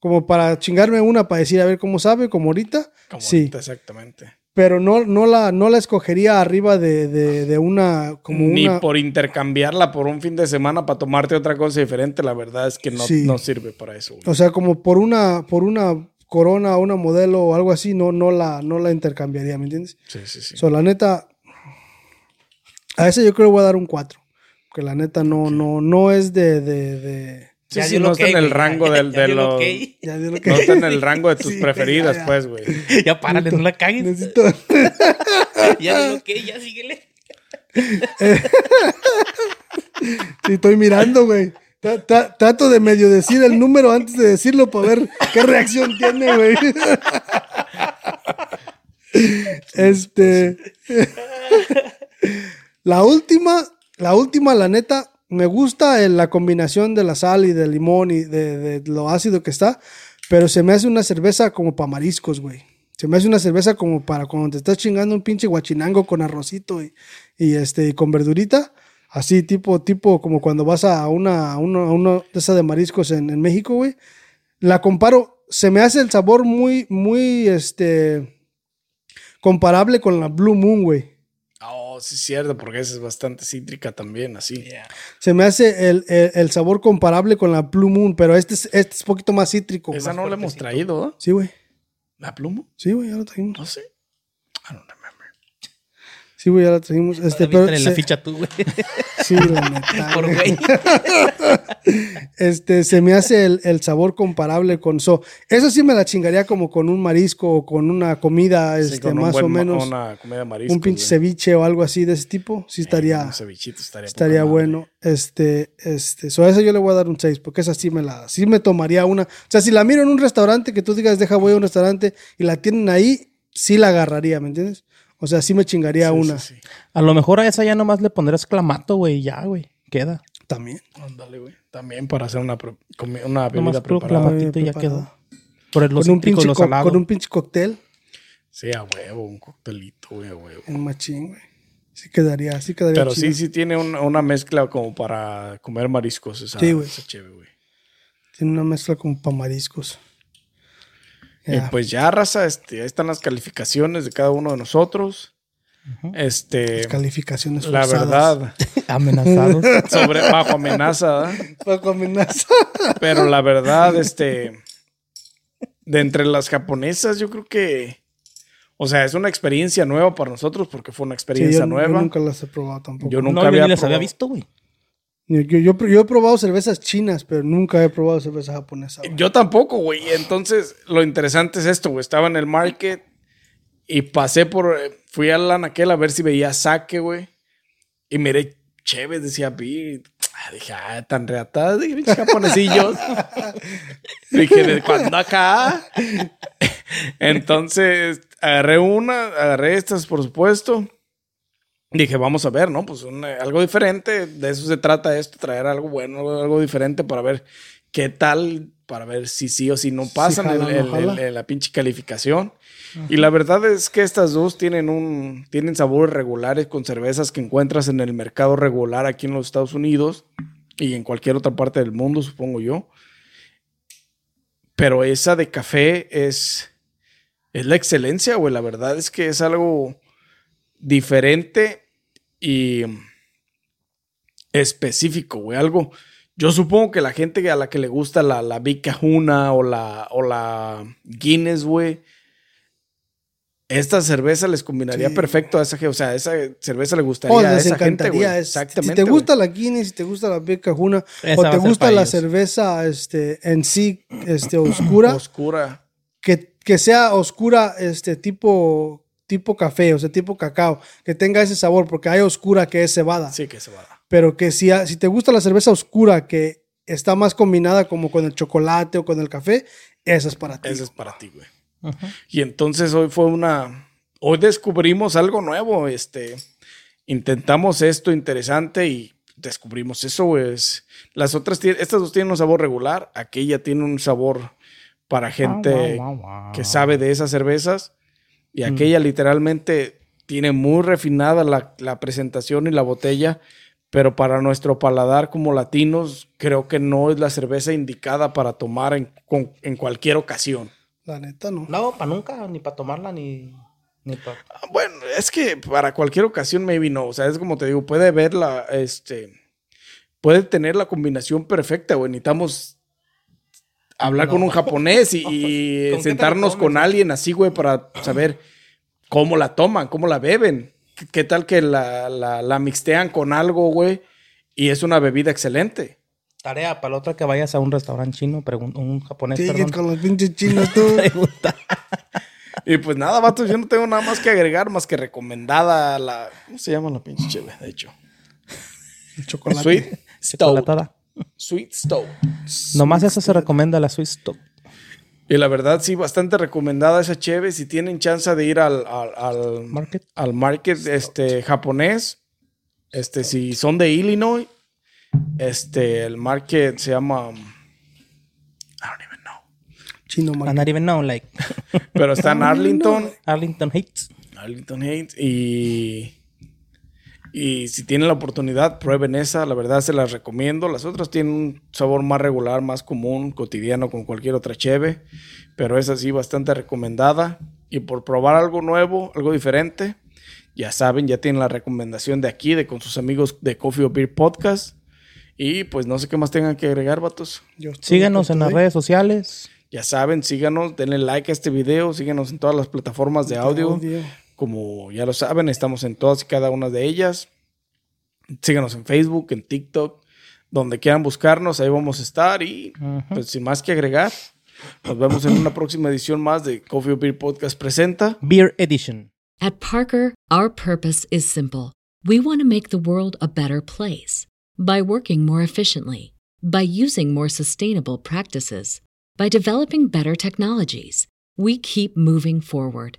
[SPEAKER 3] Como para chingarme una para decir a ver cómo sabe, como ahorita.
[SPEAKER 1] Como
[SPEAKER 3] sí.
[SPEAKER 1] ahorita, exactamente.
[SPEAKER 3] Pero no, no, la, no la escogería arriba de, de- de una, como
[SPEAKER 1] Ni
[SPEAKER 3] una.
[SPEAKER 1] por intercambiarla por un fin de semana para tomarte otra cosa diferente, la verdad es que no,
[SPEAKER 3] Sí.
[SPEAKER 1] no sirve para eso. güey.
[SPEAKER 3] O sea, como por una, por una corona, una modelo o algo así, no, no la, no la intercambiaría, ¿me entiendes?
[SPEAKER 1] Sí, sí, sí.
[SPEAKER 3] So, la neta, a ese yo creo que voy a dar un 4. Porque la neta no, no, no es de, de, de-
[SPEAKER 1] Sí,
[SPEAKER 4] Ya
[SPEAKER 1] sí,
[SPEAKER 4] dio
[SPEAKER 1] no
[SPEAKER 4] el
[SPEAKER 1] está
[SPEAKER 4] ok,
[SPEAKER 1] en el
[SPEAKER 4] güey.
[SPEAKER 1] rango
[SPEAKER 4] Ya-
[SPEAKER 1] del-
[SPEAKER 4] ya
[SPEAKER 1] de
[SPEAKER 4] dio el
[SPEAKER 1] los- <laughs>
[SPEAKER 4] ok.
[SPEAKER 3] ya de lo <laughs> que-
[SPEAKER 1] No está en el rango de tus
[SPEAKER 3] Sí,
[SPEAKER 1] preferidas,
[SPEAKER 3] ya, ya.
[SPEAKER 1] pues, güey.
[SPEAKER 2] Ya párale, no la cagues.
[SPEAKER 3] Necesito-
[SPEAKER 4] Ya dio el ok, ya síguele.
[SPEAKER 3] Sí, estoy mirando, güey. Ta- ta- Trato de medio decir el número antes de decirlo para ver qué reacción tiene, güey. <laughs> Este. La última, la última, la neta, me gusta el- la combinación de la sal y del limón y de, de lo ácido que está, pero se me hace una cerveza como para mariscos, güey. Se me hace una cerveza como para cuando te estás chingando un pinche guachinango con arrocito y, y, este, y con verdurita. Así, tipo, tipo, como cuando vas a una, a uno, a uno de esas de mariscos en, en México, güey. La comparo, se me hace el sabor muy, muy, este, comparable con la Blue Moon, güey.
[SPEAKER 1] Oh, sí, es cierto, porque esa es bastante cítrica también, así.
[SPEAKER 4] Ya.
[SPEAKER 3] Se me hace el, el- el sabor comparable con la Blue Moon, pero este es, este es poquito más cítrico. güey.
[SPEAKER 1] Esa no la hemos
[SPEAKER 4] fuertecito.
[SPEAKER 1] traído, ¿eh?
[SPEAKER 3] Sí, güey.
[SPEAKER 1] ¿La pluma?
[SPEAKER 3] Sí, güey, ya lo trajimos.
[SPEAKER 1] No sé. Ah, I don't remember.
[SPEAKER 3] Sí, güey, ya lo trajimos. Este, pero
[SPEAKER 2] Aviéntale la
[SPEAKER 3] se-
[SPEAKER 2] ficha tú, güey. <laughs>
[SPEAKER 1] <laughs>
[SPEAKER 3] Sí, la
[SPEAKER 2] Ah,
[SPEAKER 3] neta,
[SPEAKER 4] Por
[SPEAKER 3] güey.
[SPEAKER 4] güey.
[SPEAKER 3] Este, se me hace el, el sabor comparable con so. Eso sí me la chingaría como con un marisco o con una comida,
[SPEAKER 1] Sí,
[SPEAKER 3] este,
[SPEAKER 1] con un
[SPEAKER 3] más
[SPEAKER 1] buen
[SPEAKER 3] o
[SPEAKER 1] ma-
[SPEAKER 3] menos.
[SPEAKER 1] Una comida marisco.
[SPEAKER 3] un pinche
[SPEAKER 1] güey. Eh,
[SPEAKER 3] ceviche o algo así de ese tipo. Sí estaría,
[SPEAKER 1] Un cevichito estaría. poca
[SPEAKER 3] estaría
[SPEAKER 1] madre.
[SPEAKER 3] bueno. Este, este, so, a esa yo le voy a dar un 6, porque esa sí me la, sí me tomaría una. O sea, si la miro en un restaurante, que tú digas, deja voy a un restaurante y la tienen ahí, sí la agarraría, ¿me entiendes? O sea, sí me chingaría
[SPEAKER 1] Sí, sí,
[SPEAKER 3] una.
[SPEAKER 1] sí.
[SPEAKER 2] A lo mejor a esa ya nomás le pondrás clamato, güey. y Ya, güey. Queda.
[SPEAKER 3] También.
[SPEAKER 1] Ándale, güey. También para hacer una, pro- comi- una
[SPEAKER 2] Nomás
[SPEAKER 1] bebida
[SPEAKER 2] puro
[SPEAKER 1] preparada.
[SPEAKER 3] clama-
[SPEAKER 2] clamatito y ya
[SPEAKER 3] Preparada.
[SPEAKER 2] quedó. Por el, los
[SPEAKER 3] Con un,
[SPEAKER 2] cítricos,
[SPEAKER 3] pinche
[SPEAKER 2] los
[SPEAKER 3] co-
[SPEAKER 2] salados.
[SPEAKER 3] con un pinche cóctel.
[SPEAKER 1] Sí, a huevo, un coctelito, güey, a huevo.
[SPEAKER 3] En machín, güey. Sí quedaría, sí quedaría.
[SPEAKER 1] Pero
[SPEAKER 3] chido.
[SPEAKER 1] sí, sí tiene un- una mezcla como para comer mariscos. Esa,
[SPEAKER 3] Sí, güey.
[SPEAKER 1] esa chévere, güey.
[SPEAKER 3] Tiene una mezcla con pamariscos.
[SPEAKER 1] Y pues ya, raza, este, ahí están las calificaciones de cada uno de nosotros. Este,
[SPEAKER 3] calificaciones
[SPEAKER 1] la
[SPEAKER 3] forzadas.
[SPEAKER 1] verdad,
[SPEAKER 2] <laughs>
[SPEAKER 1] <laughs>
[SPEAKER 2] Amenazados.
[SPEAKER 1] sobre bajo amenaza, ¿verdad?
[SPEAKER 3] Bajo amenaza.
[SPEAKER 1] Pero la verdad, este. De entre las japonesas, yo creo que. O sea, es una experiencia nueva para nosotros porque fue una
[SPEAKER 3] Sí,
[SPEAKER 1] experiencia
[SPEAKER 3] yo,
[SPEAKER 1] nueva.
[SPEAKER 3] yo nunca las he probado tampoco.
[SPEAKER 1] Yo nunca
[SPEAKER 2] no, yo
[SPEAKER 1] había
[SPEAKER 2] ni las había
[SPEAKER 1] probado.
[SPEAKER 2] visto, güey.
[SPEAKER 3] Yo, yo- yo pr- yo he probado cervezas chinas, pero nunca he probado cerveza japonesa. güey.
[SPEAKER 1] Yo tampoco, güey. Entonces, lo interesante es esto, güey. Estaba en el market y pasé por. eh, Fui al anaquel a ver si veía saque, güey. Y miré chévere, decía beer. Ah, Dije, ah, tan reatadas, dije, pinches japonesillos. dije, ¿de cuándo acá? Entonces, agarré una, agarré estas, por supuesto. Dije, vamos a ver, ¿no? Pues un, eh, algo diferente, de eso se trata esto, traer algo bueno, algo diferente para ver qué tal, para ver si sí o si no
[SPEAKER 3] Si
[SPEAKER 1] pasan
[SPEAKER 3] jala o
[SPEAKER 1] el-
[SPEAKER 3] no
[SPEAKER 1] el-
[SPEAKER 3] jala.
[SPEAKER 1] el- el- la pinche calificación. Y la verdad es que estas dos tienen un tienen sabores regulares con cervezas que encuentras en el mercado regular aquí en los Estados Unidos y en cualquier otra parte del mundo, supongo yo. Pero esa de café es es la excelencia, güey. La verdad es que es algo diferente y específico, güey. Algo. Yo supongo que la gente a la que le gusta la, la Big Kahuna o la, o la Guinness, güey. Esta cerveza les combinaría
[SPEAKER 3] Sí.
[SPEAKER 1] perfecto a esa gente. O sea, esa cerveza le gustaría
[SPEAKER 3] Oh,
[SPEAKER 1] a
[SPEAKER 3] les
[SPEAKER 1] esa gente, güey.
[SPEAKER 3] encantaría. es-
[SPEAKER 1] Exactamente.
[SPEAKER 3] si te
[SPEAKER 1] güey.
[SPEAKER 3] gusta la Guinness, si te gusta la Beer Cajuna,
[SPEAKER 2] Esa va
[SPEAKER 3] o
[SPEAKER 2] a
[SPEAKER 3] te
[SPEAKER 2] ser
[SPEAKER 3] gusta
[SPEAKER 2] para
[SPEAKER 3] la
[SPEAKER 2] ellos.
[SPEAKER 3] cerveza este, en sí este,
[SPEAKER 1] <clears throat>
[SPEAKER 3] oscura,
[SPEAKER 1] Oscura.
[SPEAKER 3] que, que sea oscura este, tipo, tipo café, o sea, tipo cacao, que tenga ese sabor, porque hay oscura que es cebada.
[SPEAKER 1] Sí, que se va a dar.
[SPEAKER 3] pero que si, si te gusta la cerveza oscura que está más combinada como con el chocolate o con el café, Eso es para ti.
[SPEAKER 1] Ese es para ti, güey. Y entonces hoy fue una. Hoy descubrimos algo nuevo. Este. Intentamos esto interesante y descubrimos eso, es. Las otras tie- estas dos tienen un sabor regular. Aquella tiene un sabor para gente
[SPEAKER 2] Ah, Guau, guau, guau. Mm.
[SPEAKER 1] que sabe de esas cervezas. Y aquella literalmente tiene muy refinada la, la presentación y la botella. Pero para nuestro paladar como latinos, creo que no es la cerveza indicada para tomar en, con- en cualquier ocasión.
[SPEAKER 3] La neta, no.
[SPEAKER 2] No, para nunca, ni para tomarla, ni, ni para...
[SPEAKER 1] Ah, Bueno, es que para cualquier ocasión, maybe no. O sea, es como te digo, puede verla, este. Puede tener la combinación perfecta, güey. Necesitamos hablar con un
[SPEAKER 4] <laughs>
[SPEAKER 1] japonés y, y
[SPEAKER 4] ¿Con qué te la
[SPEAKER 1] sentarnos
[SPEAKER 4] comes,
[SPEAKER 1] con alguien así, güey, para saber cómo la toman, cómo la beben. ¿Qué, qué tal que la, la, la mixtean con algo, güey? Y es una bebida excelente.
[SPEAKER 2] Tarea, para la otra que vayas a un restaurante chino, pregun- un japonés,
[SPEAKER 3] Sigue
[SPEAKER 2] perdón.
[SPEAKER 3] con los pinches chinos
[SPEAKER 1] <laughs>
[SPEAKER 2] <laughs>
[SPEAKER 3] tú.
[SPEAKER 2] Pregunta.
[SPEAKER 1] Y pues nada, vato, yo no tengo nada más que agregar, más que recomendada la. ¿Cómo se llama la pinche cheve? De hecho,
[SPEAKER 3] El chocolate.
[SPEAKER 1] Sweet Stout.
[SPEAKER 2] Chocolatada.
[SPEAKER 1] Sweet Stout.
[SPEAKER 2] Nomás eso se recomienda la Swiss Stop.
[SPEAKER 1] Y la verdad, sí, bastante recomendada esa cheve. Si tienen chance de ir al, al, al-
[SPEAKER 2] Market.
[SPEAKER 1] al market este, japonés, este, si son de Illinois, este, el market se llama. um, I don't even know.
[SPEAKER 3] Chino man.
[SPEAKER 2] And not even know, like, <laughs>
[SPEAKER 1] Pero está en Arlington.
[SPEAKER 2] Arlington Heights.
[SPEAKER 1] Arlington Heights. Y. Y si tienen la oportunidad, prueben esa. La verdad, se las recomiendo. Las otras tienen un sabor más regular, más común, cotidiano, con cualquier otra cheve. Pero esa sí, bastante recomendada. Y por probar algo nuevo, algo diferente, ya saben, ya tienen la recomendación de aquí, de con sus amigos de Coffee or Beer Podcast. Y pues no sé qué más tengan que agregar, vatos.
[SPEAKER 3] Yo estoy
[SPEAKER 2] Síganos en
[SPEAKER 3] contento ¿eh?
[SPEAKER 2] las
[SPEAKER 3] ahí.
[SPEAKER 2] redes sociales.
[SPEAKER 1] Ya saben, síganos, denle like a este video, síganos en todas las plataformas de audio.
[SPEAKER 3] Audio.
[SPEAKER 1] Como ya lo saben, estamos en todas y cada una de ellas. Síganos en Facebook, en TikTok, donde quieran buscarnos, ahí vamos a estar. Y pues sin más que agregar, nos vemos en una próxima edición más de Coffee or Beer Podcast Presenta.
[SPEAKER 2] Beer Edition.
[SPEAKER 5] At Parker, our purpose is simple. We want to make the world a better place by working more efficiently, by using more sustainable practices, by developing better technologies. We keep moving forward.